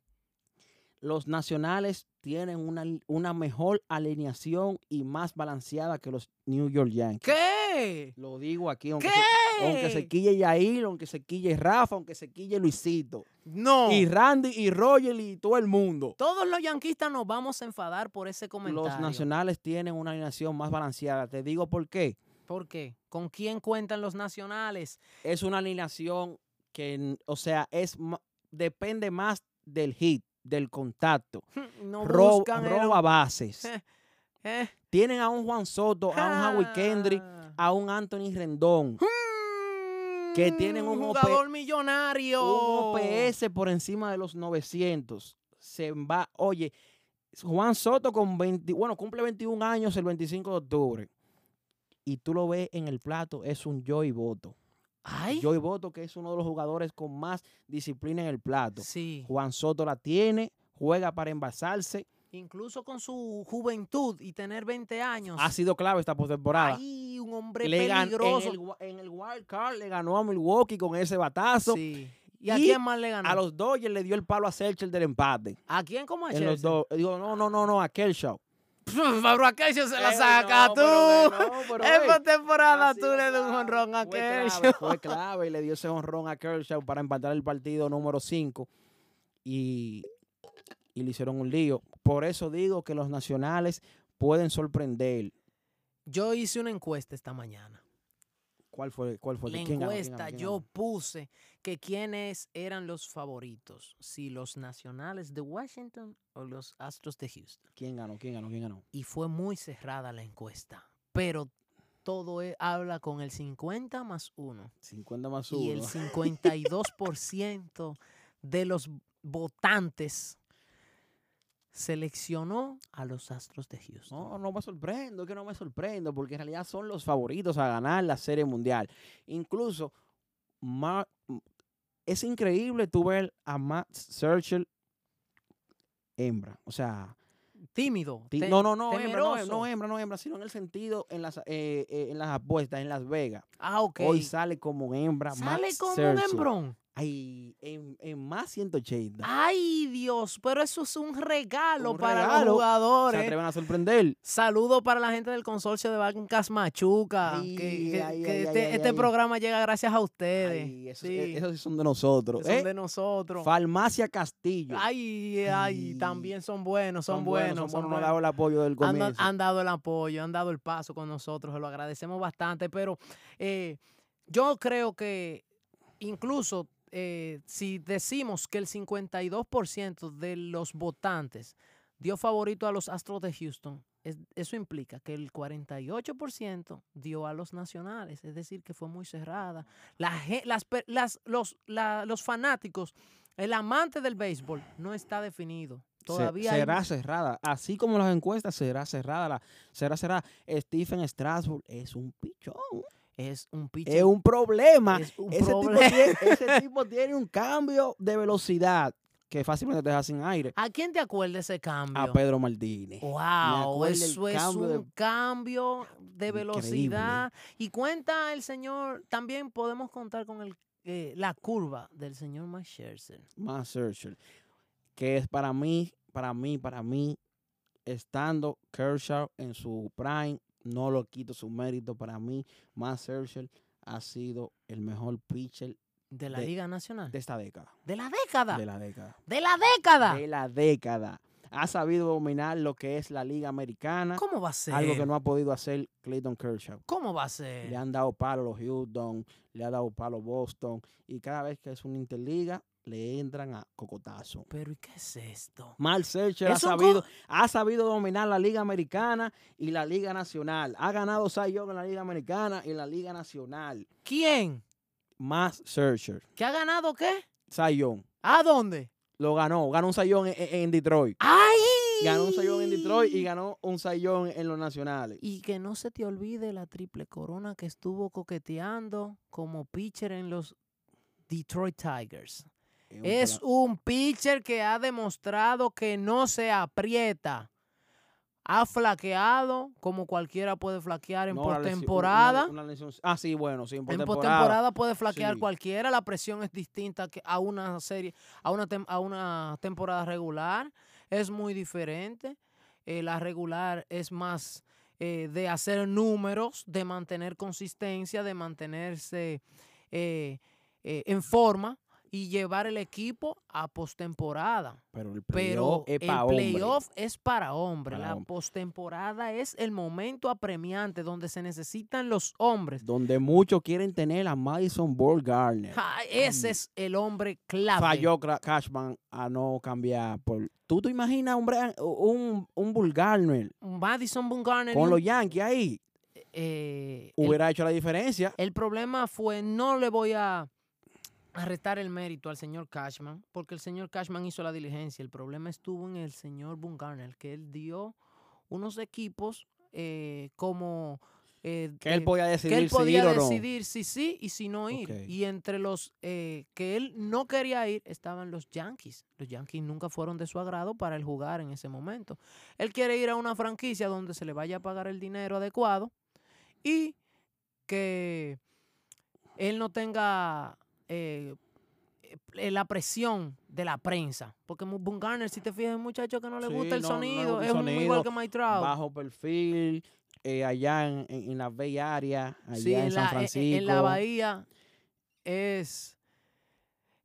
Speaker 2: los nacionales tienen una, al- una mejor alineación y más balanceada que los New York Yankees.
Speaker 1: ¿Qué?
Speaker 2: Lo digo aquí, aunque,
Speaker 1: ¿Qué?
Speaker 2: Se, aunque se quille Yair, aunque se quille Rafa, aunque se quille Luisito.
Speaker 1: No.
Speaker 2: Y Randy y Roger y todo el mundo.
Speaker 1: Todos los yanquistas nos vamos a enfadar por ese comentario.
Speaker 2: Los nacionales tienen una alineación más balanceada. Te digo por qué.
Speaker 1: ¿Por qué? ¿Con quién cuentan los nacionales?
Speaker 2: Es una alineación que, n- o sea, es ma- depende más del hit, del contacto.
Speaker 1: No
Speaker 2: Ro-
Speaker 1: buscan el-
Speaker 2: roba bases.
Speaker 1: Eh.
Speaker 2: Tienen a un Juan Soto, a un Howie Kendrick,
Speaker 1: Ah.
Speaker 2: a un Anthony Rendón, que tienen un
Speaker 1: Mm,
Speaker 2: OP
Speaker 1: jugador millonario.
Speaker 2: un OPS por encima de los 900. Se va, oye, Juan Soto con 20, bueno, cumple 21 años el 25 de octubre. Y tú lo ves en el plato, es un Joey Boto.
Speaker 1: Ay.
Speaker 2: Joey Boto que es uno de los jugadores con más disciplina en el plato.
Speaker 1: Sí.
Speaker 2: Juan Soto la tiene, juega para envasarse,
Speaker 1: Incluso con su juventud y tener 20 años.
Speaker 2: ha sido clave esta postemporada.
Speaker 1: Ay, un hombre
Speaker 2: Le gan-
Speaker 1: peligroso.
Speaker 2: En el, wa- en el wild card le ganó a Milwaukee con ese batazo.
Speaker 1: Sí. ¿Y, a
Speaker 2: Y
Speaker 1: quién más le ganó?
Speaker 2: A los Dodgers le dio el palo a Sercher del empate.
Speaker 1: ¿A quién como a
Speaker 2: En los
Speaker 1: Scherzer?
Speaker 2: dos. Digo, no, no, no, no, a Kershaw.
Speaker 1: Pf, Pero a Kershaw se la
Speaker 2: Eh,
Speaker 1: saca
Speaker 2: no,
Speaker 1: tú.
Speaker 2: pero que no, pero, ey,
Speaker 1: Esta temporada
Speaker 2: ha
Speaker 1: tú
Speaker 2: sido
Speaker 1: le das un
Speaker 2: clave,
Speaker 1: honrón a
Speaker 2: fue clave,
Speaker 1: Kershaw.
Speaker 2: Fue clave y le dio ese honrón a Kershaw para empatar el partido número 5. Y, y le hicieron un lío. Por eso digo que los nacionales pueden sorprender.
Speaker 1: Yo hice una encuesta esta mañana.
Speaker 2: ¿Cuál fue? ¿Cuál fue?
Speaker 1: La
Speaker 2: ¿Quién ganó? ¿Quién
Speaker 1: encuesta
Speaker 2: ganó? ¿Quién
Speaker 1: yo
Speaker 2: ganó?
Speaker 1: puse que quiénes eran los favoritos, si los nacionales de Washington o los Astros de Houston.
Speaker 2: ¿Quién ganó? ¿Quién ganó? ¿Quién ganó?
Speaker 1: y fue muy cerrada la encuesta. Pero todo e- habla con el 50 más 1
Speaker 2: 50 más 1.
Speaker 1: y el 52% de los votantes seleccionó a los Astros de Houston.
Speaker 2: No, no me sorprendo, es que no me sorprendo, porque en realidad son los favoritos a ganar la Serie Mundial. Incluso, Ma- m- es increíble tú ver a Matt Churchill hembra. O sea,
Speaker 1: Tímido.
Speaker 2: ti-
Speaker 1: te-
Speaker 2: no, no, no, hembra, no, he-
Speaker 1: temeroso.
Speaker 2: no hembra, no hembra, sino en el sentido, en las, eh, eh, en las apuestas, en Las Vegas.
Speaker 1: Ah, ok.
Speaker 2: Hoy sale como hembra
Speaker 1: Sale
Speaker 2: Max
Speaker 1: como un
Speaker 2: Scherzer.
Speaker 1: hembrón.
Speaker 2: Ay, en, en más 180.
Speaker 1: Ay, Dios, pero eso es un regalo
Speaker 2: Un
Speaker 1: para los
Speaker 2: regalo. Se
Speaker 1: jugadores.
Speaker 2: atreven a sorprender.
Speaker 1: Saludos para la gente del consorcio de Bancas Machuca. que-
Speaker 2: Ay,
Speaker 1: que
Speaker 2: ay,
Speaker 1: que
Speaker 2: ay,
Speaker 1: este,
Speaker 2: ay,
Speaker 1: este
Speaker 2: ay.
Speaker 1: programa llega gracias a ustedes.
Speaker 2: Ay, esos,
Speaker 1: sí.
Speaker 2: eh, esos sí son de nosotros.
Speaker 1: que son
Speaker 2: ¿eh?
Speaker 1: de nosotros.
Speaker 2: Farmacia Castillo.
Speaker 1: Ay, ay,
Speaker 2: Ay.
Speaker 1: también son buenos, son, buenos. son
Speaker 2: son buenos, nos han
Speaker 1: buenos.
Speaker 2: dado el apoyo del
Speaker 1: Han, da-
Speaker 2: comienzo.
Speaker 1: han dado el apoyo, han dado el paso con nosotros, se lo agradecemos bastante, pero eh, yo creo que incluso eh, si decimos que el 52% de los votantes dio favorito a los Astros de Houston. Es- eso implica que el 48% dio a los nacionales, es decir, que fue muy cerrada. La ge- las pe- las- los, la- los fanáticos, el amante del béisbol, no está definido.
Speaker 2: Se-
Speaker 1: Todavía hay-
Speaker 2: será cerrada. Así como las encuestas, será cerrada. La, será cerrada. Stephen Strasburg es un pichón.
Speaker 1: es un pitcher.
Speaker 2: Es un problema.
Speaker 1: es un
Speaker 2: ese, tipo
Speaker 1: problema.
Speaker 2: tiene, ese tipo tiene un cambio de velocidad que fácilmente te deja sin aire.
Speaker 1: ¿A quién te acuerda ese cambio? Oh.
Speaker 2: A Pedro Martínez.
Speaker 1: Wow,
Speaker 2: Ah, pues, acuerdo el
Speaker 1: eso es
Speaker 2: cambio de-
Speaker 1: un cambio de
Speaker 2: Increíble.
Speaker 1: velocidad. Y cuenta el señor, también podemos contar con el, eh, la curva del señor Max Scherzer.
Speaker 2: Más Churchill. Que es para mí, para mí, para mí, estando Kershaw en su prime, no lo quito su mérito. Para mí, más Churchill ha sido el mejor pitcher
Speaker 1: De la
Speaker 2: De-
Speaker 1: Liga Nacional.
Speaker 2: de
Speaker 1: De,
Speaker 2: esta década.
Speaker 1: la década.
Speaker 2: De
Speaker 1: De la,
Speaker 2: la década.
Speaker 1: década.
Speaker 2: De la década. Ha sabido dominar lo que es la liga americana.
Speaker 1: ¿Cómo va a ser?
Speaker 2: Algo que no ha podido hacer Clayton Kershaw.
Speaker 1: ¿Cómo va a
Speaker 2: Le
Speaker 1: ser?
Speaker 2: han dado palo los Houston, le ha dado palo Boston. Y cada vez que es una interliga, le entran a cocotazo.
Speaker 1: Pero ¿y qué es esto?
Speaker 2: Mal Searcher ha
Speaker 1: Es un
Speaker 2: sabido,
Speaker 1: co-
Speaker 2: ha sabido dominar la Liga Americana y la Liga Nacional. Ha ganado Cy Young en la Liga Americana y en la Liga Nacional.
Speaker 1: ¿Quién?
Speaker 2: Más Searcher.
Speaker 1: ¿Que ha ganado qué?
Speaker 2: Cy Young.
Speaker 1: ¿A dónde?
Speaker 2: Lo ganó. Ganó un Cy Young en, en- en Detroit.
Speaker 1: ¡Ay!
Speaker 2: Ganó un Cy Young en Detroit y ganó un Cy Young en los nacionales.
Speaker 1: Y que no se te olvide la triple corona que estuvo coqueteando como pitcher en los Detroit Tigers.
Speaker 2: Es un
Speaker 1: Es un pitcher que ha demostrado que no se aprieta. Ha flaqueado como cualquiera puede flaquear en
Speaker 2: No, una lesión-
Speaker 1: postemporada.
Speaker 2: una- una lesión- ah, sí, bueno, sí, en
Speaker 1: En
Speaker 2: postemporada.
Speaker 1: postemporada puede flaquear
Speaker 2: sí.
Speaker 1: cualquiera, la presión es distinta que a una serie, a una, tem- a una temporada regular, es muy diferente. Eh, la regular es más eh, de hacer números, de mantener consistencia, de mantenerse eh, eh, en forma y llevar el equipo a postemporada.
Speaker 2: Pero el
Speaker 1: Pero
Speaker 2: playoff es
Speaker 1: el
Speaker 2: pa' hombre.
Speaker 1: playoff es para hombres.
Speaker 2: Para
Speaker 1: la
Speaker 2: hombre.
Speaker 1: postemporada es el momento apremiante donde se necesitan los hombres.
Speaker 2: Donde muchos quieren tener a Madison Ball Garner.
Speaker 1: Ja, ese
Speaker 2: Ay.
Speaker 1: es el hombre clave.
Speaker 2: falló Cra- Cashman a no cambiar por. ¿Tú te imaginas un, Brian- un, un Bull Garner
Speaker 1: Madison Bumgarner.
Speaker 2: con los Yankees ahí?
Speaker 1: eh, el,
Speaker 2: Hubiera hecho la diferencia.
Speaker 1: el problema fue, no le voy a, a restar el mérito al señor Cashman, porque el señor Cashman hizo la diligencia. El problema estuvo en el señor Bumgarner, que él dio unos equipos eh, como... eh,
Speaker 2: Que él
Speaker 1: eh,
Speaker 2: podía decidir
Speaker 1: que él
Speaker 2: si ir
Speaker 1: podía
Speaker 2: o no.
Speaker 1: decidir si sí y si no ir.
Speaker 2: Ok.
Speaker 1: Y entre los eh, que él no quería ir estaban los Yankees. Los Yankees nunca fueron de su agrado para él jugar en ese momento. Él quiere ir a una franquicia donde se le vaya a pagar el dinero adecuado y que él no tenga eh, eh, la presión de la prensa. Porque Mu- Bumgarner, si te fijas, es un muchacho que no le
Speaker 2: Sí,
Speaker 1: gusta el
Speaker 2: no, no le
Speaker 1: sonido,
Speaker 2: gusta el
Speaker 1: es un- igual
Speaker 2: sonido,
Speaker 1: que Mike Trout.
Speaker 2: Bajo perfil, eh, allá en, en, en la Bay Area, allá
Speaker 1: Sí,
Speaker 2: en, San
Speaker 1: la- e,
Speaker 2: Francisco.
Speaker 1: en la bahía es.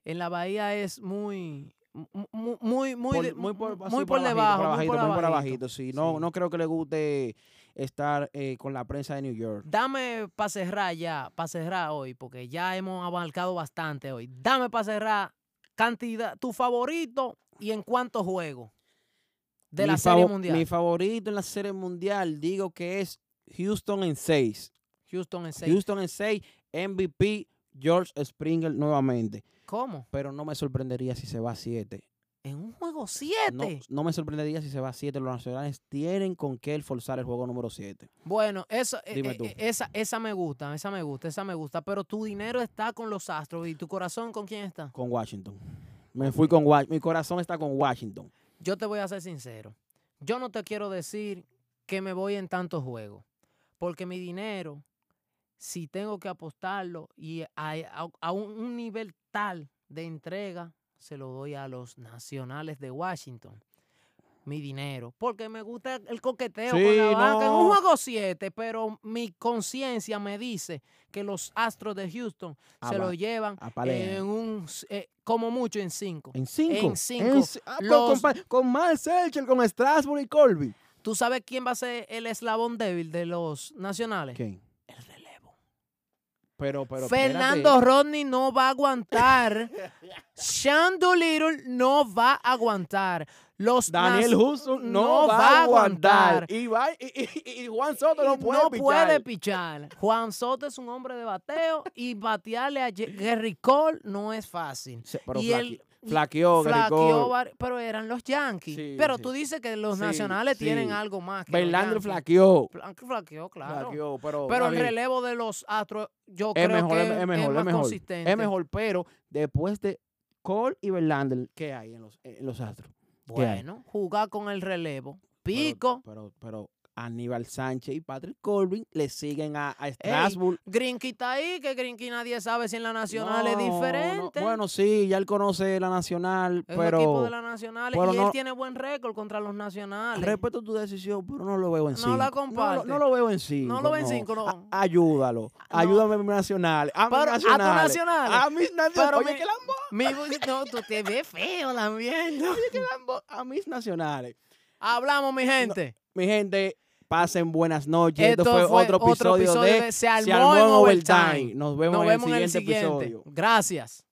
Speaker 1: En la bahía es muy. mu- mu- Muy, muy,
Speaker 2: por-
Speaker 1: de-
Speaker 2: muy por,
Speaker 1: mu-
Speaker 2: así
Speaker 1: muy
Speaker 2: por
Speaker 1: por
Speaker 2: abajito,
Speaker 1: debajo.
Speaker 2: por
Speaker 1: muy por
Speaker 2: abajito, muy por
Speaker 1: abajito.
Speaker 2: abajito, sí. No,
Speaker 1: Sí.
Speaker 2: no creo que le guste estar eh, con la prensa de New York.
Speaker 1: Dame para cerrar ya, para cerrar hoy, porque ya hemos abarcado bastante hoy. Dame para cerrar cantidad, tu favorito y en cuántos juegos de la
Speaker 2: Mi
Speaker 1: Serie
Speaker 2: favo-
Speaker 1: Mundial.
Speaker 2: Mi favorito en la serie mundial, digo que es Houston en 6.
Speaker 1: Houston en seis.
Speaker 2: Houston en 6, MVP George Springer nuevamente.
Speaker 1: ¿Cómo?
Speaker 2: Pero no me sorprendería si se va a 7.
Speaker 1: En un juego siete.
Speaker 2: No, no me sorprendería si se va a 7. Los nacionales tienen con qué forzar el juego número 7.
Speaker 1: Bueno, eso, eh,
Speaker 2: Dime
Speaker 1: eh,
Speaker 2: tú.
Speaker 1: eh, esa, esa me gusta, esa me gusta, esa me gusta. Pero tu dinero está con los astros y tu corazón con quién está.
Speaker 2: Con Washington. Me fui con Washington. Mi corazón está con Washington.
Speaker 1: Yo te voy a ser sincero. Yo no te quiero decir que me voy en tantos juegos. Porque mi dinero, si tengo que apostarlo y a, a- a un, un nivel tal de entrega, se lo doy a los nacionales de Washington. Mi dinero. Porque me gusta el coqueteo con
Speaker 2: Sí,
Speaker 1: la banca. En un
Speaker 2: no.
Speaker 1: juego 7, pero mi conciencia me dice que los astros de Houston
Speaker 2: Ah,
Speaker 1: se lo
Speaker 2: va.
Speaker 1: llevan
Speaker 2: Apalean.
Speaker 1: en un, s- eh, como mucho en 5.
Speaker 2: En 5.
Speaker 1: cinco. Los-
Speaker 2: con, Mal Selcher, con Strasbourg y Colby.
Speaker 1: ¿Tú sabes quién va a ser el eslabón débil de los nacionales?
Speaker 2: ¿Quién?
Speaker 1: El relevo.
Speaker 2: Pero, pero. espérate.
Speaker 1: Fernando Rodney no va a aguantar. Sean Doolittle no va a aguantar. Los
Speaker 2: Daniel
Speaker 1: nas-
Speaker 2: Hudson no, va, a aguantar. Y, va- y- y- y Juan Soto no puede
Speaker 1: no
Speaker 2: pichar.
Speaker 1: puede pichar. Juan Soto es un hombre de bateo y batearle a Ye- Gerry Cole no es fácil.
Speaker 2: Se- pero
Speaker 1: y
Speaker 2: flaqui-
Speaker 1: él- y
Speaker 2: flaqueó, Gary
Speaker 1: Flaqueó,
Speaker 2: Cole.
Speaker 1: var- pero eran los Yankees.
Speaker 2: Sí,
Speaker 1: pero
Speaker 2: sí.
Speaker 1: tú dices que los
Speaker 2: Sí,
Speaker 1: nacionales
Speaker 2: sí.
Speaker 1: tienen algo más. que los
Speaker 2: Verlander
Speaker 1: Yankees.
Speaker 2: flaqueó.
Speaker 1: Fla- Flaqueó, claro.
Speaker 2: flaqueó, pero
Speaker 1: Pero
Speaker 2: está
Speaker 1: el
Speaker 2: bien.
Speaker 1: relevo de los Astros, yo
Speaker 2: Oh, es
Speaker 1: creo
Speaker 2: mejor,
Speaker 1: que
Speaker 2: es, es mejor,
Speaker 1: más
Speaker 2: es mejor.
Speaker 1: consistente.
Speaker 2: Es mejor, pero después de Cole y Verlander, ¿qué hay en los, en los Astros? ¿Qué hay?
Speaker 1: Bueno, jugar con el relevo.
Speaker 2: Pero-
Speaker 1: Pico,
Speaker 2: Pero, pero, Aníbal Sánchez y Patrick Corbin le siguen a, a Strasbourg.
Speaker 1: Grinky está ahí, que Grinky nadie sabe si en la Nacional es
Speaker 2: No, no,
Speaker 1: diferente.
Speaker 2: Bueno, sí, ya él conoce la Nacional,
Speaker 1: es un equipo
Speaker 2: pero
Speaker 1: de la Nacional y
Speaker 2: pero
Speaker 1: él
Speaker 2: no-
Speaker 1: tiene buen récord contra los nacionales.
Speaker 2: respeto tu decisión, pero no lo veo en
Speaker 1: No
Speaker 2: cinco.
Speaker 1: la
Speaker 2: lo- No,
Speaker 1: comparte.
Speaker 2: lo veo en cinco.
Speaker 1: lo veo en cinco, no.
Speaker 2: A- ayúdalo. Ayúdame a mi Nacional. A mis
Speaker 1: Pero- a tu
Speaker 2: nacionales.
Speaker 1: Nacional.
Speaker 2: A mis nacionales.
Speaker 1: Pero
Speaker 2: Oye,
Speaker 1: mi-
Speaker 2: que lambo-
Speaker 1: Mi bu- no, tú te ves feo la mierda.
Speaker 2: oye, que lambo- A mis nacionales.
Speaker 1: Hablamos, mi gente.
Speaker 2: Mi gente, pasen buenas noches. Esto,
Speaker 1: Esto
Speaker 2: fue,
Speaker 1: fue
Speaker 2: otro
Speaker 1: otro
Speaker 2: episodio,
Speaker 1: episodio
Speaker 2: de,
Speaker 1: de Se Armó en Overtime.
Speaker 2: Nos vemos,
Speaker 1: Nos vemos en el
Speaker 2: siguiente
Speaker 1: siguiente.
Speaker 2: episodio.
Speaker 1: Gracias.